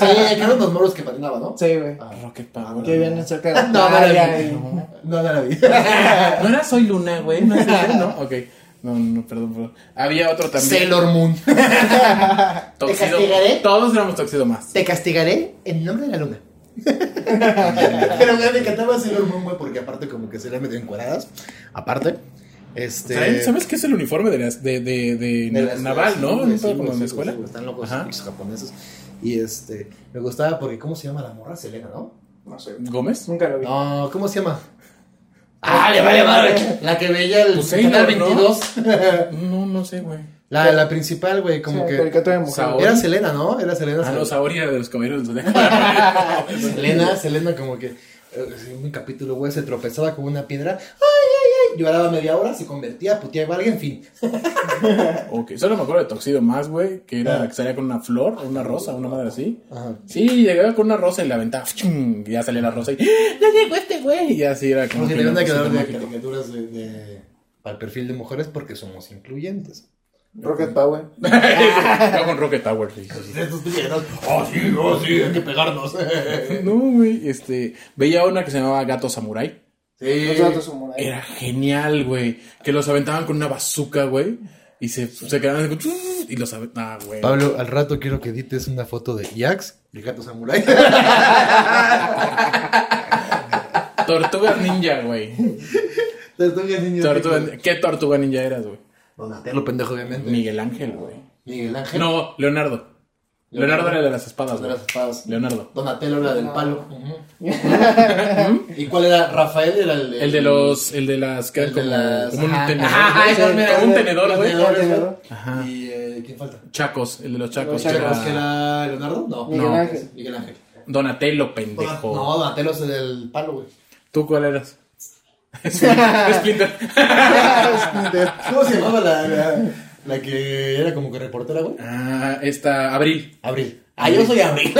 B: sí, que eran los moros que patinaban, ¿no?
C: Sí, güey.
B: Ah,
A: Rocket Power.
C: Que vienen cerca de la
B: No, no la
C: playa
B: vi.
C: y-
B: No, no la vi.
A: No era Soy Luna, güey. No es él, ¿no? Ok. No, no, perdón, perdón. Había otro también.
B: Sailor Moon.
A: Tuxedo-
B: Te castigaré.
A: Todos éramos Toxido más.
B: Te castigaré en nombre de la luna. Pero güey, me encantaba Sailor Moon, güey, porque aparte como que se le medio encuadradas. Aparte, este...
A: ¿Sabes, sabes qué es el uniforme de, las- de, de, de,
B: de la
A: naval,
B: escuela,
A: no?
B: sí,
A: ¿No? como
B: sí, sí,
A: en la
B: sí,
A: escuela.
B: sí, güey, Están locos
A: Ajá.
B: los japoneses. Y este, me gustaba porque, ¿cómo se llama la morra? Selena, ¿no?
C: No sé.
A: ¿Gómez?
C: Nunca lo vi.
B: No, ¿cómo se llama? Ah, le vale madre. La que veía el
A: Tu señor,
B: canal
A: ¿no?
B: 22.
A: No, no sé, güey.
B: La, la principal, güey, como
C: Sí,
B: que.
C: caricatura de mujer.
A: Sao-
B: Era Selena, ¿no? Era Selena.
A: Ah, no,
B: Selena.
A: Saori era de los caballeros del Zodiaco.
B: Selena, Selena, como que. eh, En un capítulo, güey, se tropezaba con una piedra. ¡Ay, ay, ay! Lloraba media hora, se convertía, puteaba a alguien, en fin.
A: Ok, solo me acuerdo de Toxido más, güey, que era
B: Ah.
A: que salía con una flor, una rosa, una madre así.
B: Ajá.
A: Sí, llegaba con una rosa en la ventana. ¡fchum! Y ya salía la rosa y ¡Ah! ¡Ya llegó este güey! Y así era como.
B: Como si
A: que
B: le
A: una
B: van a quedar
A: cosita
B: de
A: mágica.
B: caricaturas de, de- para el perfil de mujeres porque somos incluyentes.
C: Rocket Power.
A: Va con Rocket Tower. sí, sí, sí.
B: Estos pijeros, oh sí, oh sí, hay que pegarnos.
A: No, güey, este, veía una que se llamaba Gato Samurai.
B: sí.
C: Los gatos samurai.
A: Era genial, güey. Que los aventaban con una bazuca, güey. Y se, se quedaban así, como, y lo sabe. Ah, güey.
B: Pablo, al rato quiero que edites una foto de Jax, el gato samurai.
A: Tortuga ninja, güey.
B: Tortuga niño.
A: Tortuga Nin- ¿Qué tortuga ninja eras, güey?
B: Donatello, pendejo, obviamente.
A: Miguel Ángel, güey.
B: Miguel Ángel.
A: No, Leonardo. Leonardo era el de las espadas,
D: de
A: güey.
D: las espadas.
A: Leonardo.
D: Donatello era del palo. ¿Mm? ¿Y cuál era? Rafael era el, Ah,
A: El de los. El de las. Que eran
D: El de
A: como,
D: las-
A: como un
D: ajá.
A: tenedor.
B: Ah,
D: Ajá,
A: güey.
D: esos, mira,
A: como un
D: esos,
A: tenedor, güey.
D: tenedor,
C: Tenedor,
D: güey.
A: Ajá.
D: ¿Y eh, quién falta?
A: Chacos, el de los chacos.
C: Los
A: que
C: chacos,
A: era
D: ¿Crees que era Leonardo? No.
C: Miguel
D: No.
C: Ángel.
D: Miguel Ángel.
A: Donatello,
D: Dona-
A: pendejo.
D: No, Donatello es el del palo, güey.
A: ¿Tú cuál eras? Splinter. Splinter.
C: Ah,
D: ¿Cómo se llamaba la, la, la que era como que reportera, güey?
A: Ah, esta. Abril.
D: Abril. Ah, yo soy Abril.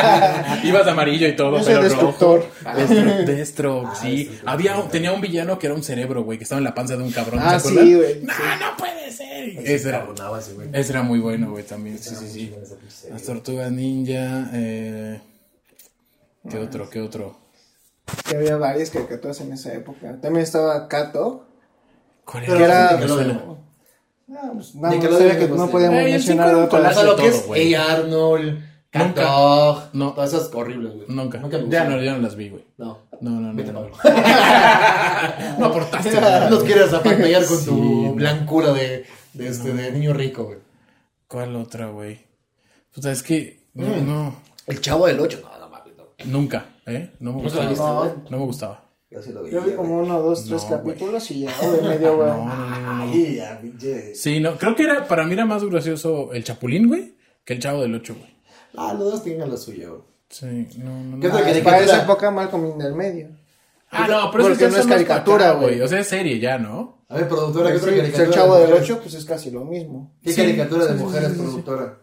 A: Ibas de amarillo y todo,
C: Yo soy
A: pero
C: destructor.
A: Destro, Destro, sí.
D: Destructor.
A: Había, tenía un villano que era un cerebro, güey, que estaba en la panza de un cabrón.
C: Ah,
A: ¿se acuerdan?
C: sí, güey.
A: No, no puede ser. Ese era,
D: Abonaba ese, güey.
A: ese era muy bueno, güey, también. Sí, sí, sí.
D: Esa pinche serie.
A: Las tortugas ninja. Eh... ¿Qué otro? ¿Qué otro?
C: Que había varias caricaturas en esa época. También estaba Kato.
A: ¿Cuál
C: Que era-
A: Me suena.
C: Ah, pues, nada,
D: ¿De
C: más
D: qué lo
C: sabía
D: dejamos
C: que no
D: de-
C: podíamos
A: Ay, el
C: mencionar
A: cinco
D: O
A: era
C: otra.
A: un
D: sea, lo que
A: todo,
D: es
A: güey.
D: A. Arnold,
A: Nunca.
D: Cato,
A: No.
D: todas esas horribles, güey.
A: Nunca.
D: Nunca me
A: ya,
D: gustaron.
A: no, ya no las vi, güey.
D: No.
A: No, no,
D: Vete,
A: no.
D: Pablo.
A: No aportaste.
D: No nos
A: nada.
D: quieras apantallar con tu
A: Sí, no.
D: blancura de, de, este, de niño rico, güey.
A: ¿Cuál otra, güey? Puta, es que. No, no.
D: El chavo del 8. No, no mames, no.
A: Nunca, ¿eh? No me gustaba.
D: viste,
C: No.
D: güey?
A: No me gustaba.
D: Yo sí lo
C: Yo vi como uno, dos, tres
A: No, güey.
C: capítulos y ya, güey, medio, güey.
A: No, no, no, no.
D: Ay, ya, pinche.
A: Sí, no, creo que era, para mí era más gracioso el Chapulín, güey, que el Chavo del Ocho, güey.
D: Ah, los dos tienen lo suyo, güey.
A: Sí, no, no,
D: ¿Qué
A: no.
D: otra
C: Ah,
D: caricatura?
C: para esa época Malcolm en el medio.
A: Ah, no, pero eso
C: Porque
A: ya
C: no
A: está más
C: es caricatura,
A: para acá,
C: güey.
A: O sea, es serie ya, ¿no?
D: A ver, productora, ¿qué otra
C: Sí, pues,
D: caricatura?
C: el chavo
D: de
C: del
D: mujeres?
C: 8 pues es casi lo mismo.
D: ¿Qué
A: Sí,
D: caricatura de
A: sí, sí,
D: mujeres,
A: sí, sí.
D: productora?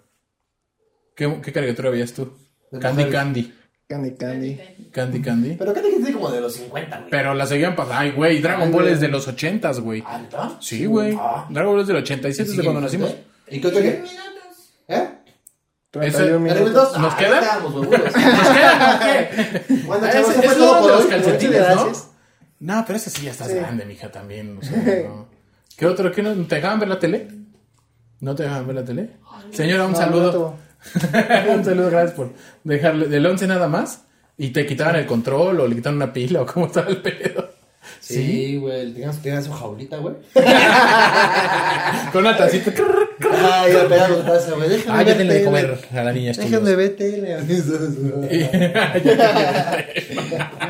A: ¿Qué, qué caricatura veías tú?
D: De
A: Candy
D: mujeres.
A: Candy.
C: Candy Candy.
A: Candy Candy.
D: Pero Candy Candy es como de los 50, güey.
A: Pero la seguían pasando. Ay, güey, Dragon
C: Ay,
A: Ball
C: güey.
A: es de los ochentas, güey.
D: Ah, ¿neta?
A: Sí, güey.
D: Ah.
A: Dragon Ball es del 87, es de cuando nacimos.
D: ¿Y qué otra que? ¿Eh?
C: 31
D: ¿Nos
C: minutos.
A: ¿Nos queda?
D: ¿Nos
C: Ah,
D: Bueno, chavos,
A: Ah, Ese-
D: eso fue
A: es uno
D: todo
A: de
D: por
A: los
D: hoy.
A: calcetines,
D: Muchas
A: ¿no?
D: gracias.
A: No, pero ese sí ya estás
C: Sí.
A: grande, mija, también. o sea, no. ¿Qué otro? ¿Qué no? ¿Te dejaban ver la tele? ¿No te dejaban ver la tele? Señora, un
C: No,
A: saludo.
C: no tuvo.
A: un saludo, gracias por dejarle del 11 nada más y te quitaban el control o le quitaron una pila o cómo estaba el pedo. Sí,
D: Sí, güey, tenías tenías su jaulita, güey.
A: con una tacita.
D: Ay, la pegaba con taza, güey. Déjame
A: Ah, ya
D: ver
A: denle de
D: tele.
A: comer a la niña.
D: Déjame ver tele.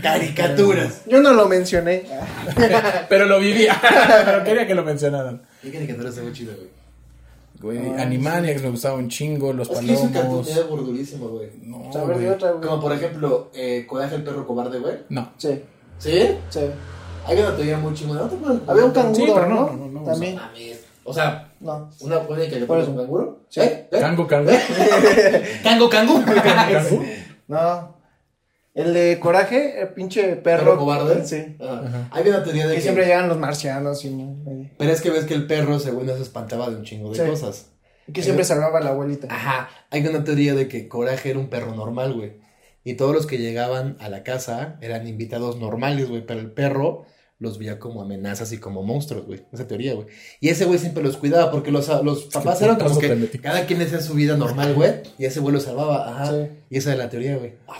D: Caricaturas.
C: Yo no lo mencioné. Ah,
A: Pero lo vivía. Pero quería que lo mencionaran.
D: ¿Qué caricaturas son muy chidas, güey?
A: Güey, Animaniacs me gustaba un chingo, los
D: Es que es un cartoon
A: palomos.
D: medio burdurísimo, güey.
A: No,
C: A ver,
A: güey.
C: de otra, güey.
D: Como por ejemplo, eh, Coraje el perro cobarde, güey.
A: No.
C: Sí,
D: ¿Sí?
C: sí.
D: Hay una teoría muy chingona. ¿No te acuerdas?
C: Había un
A: Sí,
C: canguro,
A: pero no,
C: ¿no?
A: no, no, no,
C: También.
D: Mames. O sea,
C: No.
D: una buena
C: Por
D: caricatura
C: eso.
D: de un canguro.
C: Sí.
D: ¿Eh? ¿Eh?
A: Cango, cango.
D: Cango, cango.
A: Cango.
C: No. El de Coraje, el pinche perro.
D: perro cobarde.
C: Sí.
D: Ah. Hay una teoría de
C: Que
D: que.
C: siempre llegan los marcianos y... y
D: Pero es que ves que el perro, según eso, se espantaba de un chingo de
C: Sí.
D: cosas.
C: Que siempre salvaba a la
A: Ah,
C: abuelita.
D: Ajá. Hay una teoría de que Coraje era un perro normal, güey. Y todos los que llegaban a la casa eran invitados normales, güey. Pero el perro los veía como amenazas y como monstruos, güey. Esa teoría, güey. Y ese güey siempre los cuidaba porque los, los papás eran como
A: putazo te
D: que
A: metí.
D: cada quien hacía su vida normal, güey. Y ese güey lo salvaba. Ajá.
C: Sí.
D: Y esa es la teoría, güey. Ah,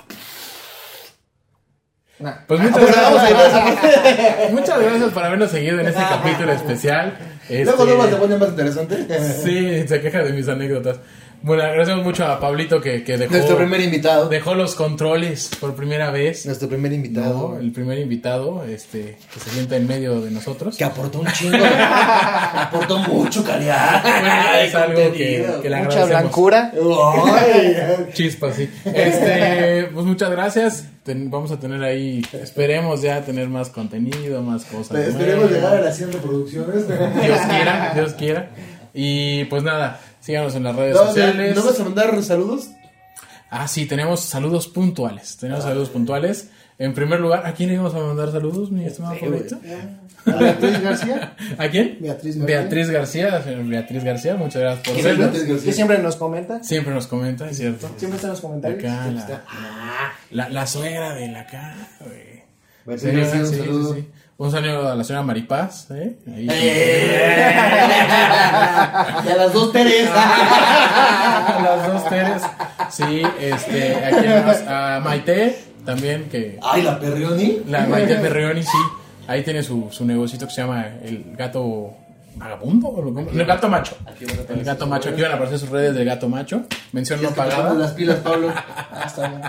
C: Nah.
A: Pues muchas gracias. Muchas gracias por habernos seguido en este capítulo especial.
D: Luego,
A: Este-
D: luego se pone más interesante.
A: Sí, se queja de mis anécdotas. Bueno, agradecemos mucho a Pablito que, que dejó,
D: Nuestro primer invitado.
A: dejó los controles por primera vez.
D: Nuestro primer invitado.
A: ¿no? El primer invitado este, que se sienta en medio de nosotros.
D: Que aportó un chingo. de- aportó mucho calidad.
A: Bueno, es
D: de
A: algo que,
D: contenido.
A: que le
C: Mucha
A: agradecemos.
C: blancura.
D: Ay,
A: Chispa, sí. Este, pues muchas gracias. Ten- vamos a tener ahí, esperemos ya tener más contenido, más cosas.
D: Pues,
A: nuevas.
D: Esperemos llegar a las 100 reproducciones.
A: Dios quiera, Dios quiera. Y pues nada, síganos en las redes sociales.
D: ¿No vas a mandar saludos?
A: Ah, sí, tenemos saludos puntuales.
D: Ah,
A: Tenemos saludos puntuales. En primer lugar, ¿a quién le íbamos a mandar saludos, mi estimado Pablito?
C: A Beatriz García.
A: ¿A quién?
C: Beatriz García.
A: Beatriz García, señor Beatriz García, muchas gracias por
D: ¿Quién es
A: vernos.
D: Beatriz García?
C: Que siempre nos comenta.
A: Siempre nos comenta, es cierto.
C: Siempre está en los comentarios.
A: Acá,
C: Siempre
A: la,
C: está.
A: la, la suegra de la cara, güey.
D: Beatriz
A: Señora,
D: García, un
A: sí, sí,
D: saludo.
A: sí. Un saludo a la señora Maripaz, ¿eh? Ahí.
B: y a las dos Pérez.
A: Las dos Teres. Sí, este, ¿a quién más? A Maite, también, que
B: Ay, la Perrioni.
A: la Maite Perreoni, sí. Ahí tiene su, su negocito que se llama El Gato Vagabundo, ¿o lo- cómo? El Gato Macho.
B: Aquí van a aparecer
A: El Gato
B: sus
A: Macho, aquí van a aparecer sus redes del Gato Macho. Mención
B: Ya
A: no
B: te pasamos
A: pagada.
B: las pilas, Pablo. Hasta luego.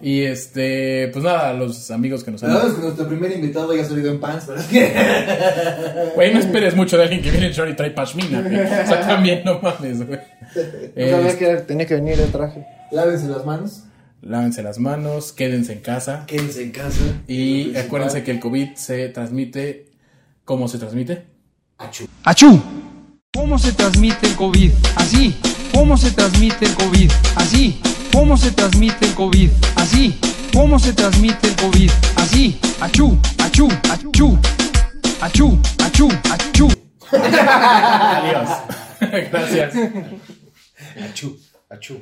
A: Y este, pues nada, a los amigos que nos
B: La verdad
A: han.
B: es que nuestro primer invitado haya salido en pants, pero es que.
A: Güey, no esperes mucho de alguien que viene en short y trae pashmina, güey. O sea, también no mames, güey.
C: No sabía
A: Este,
C: que tenía que venir de traje.
B: Lávense las manos.
A: lávense las manos, quédense en casa.
B: Quédense en casa.
A: Y acuérdense que el COVID se transmite. ¿Cómo se transmite?
E: ¡Achú! ¿Cómo se transmite el COVID? Así. ¿Cómo se transmite el COVID? Así. ¿Cómo se transmite el COVID? Así. ¿Cómo se transmite el COVID? Así. ¡Achú! ¡Achú! ¡Achú! ¡Achú! ¡Achú! ¡Achú!
A: Adiós. Gracias.
B: Achú, achú.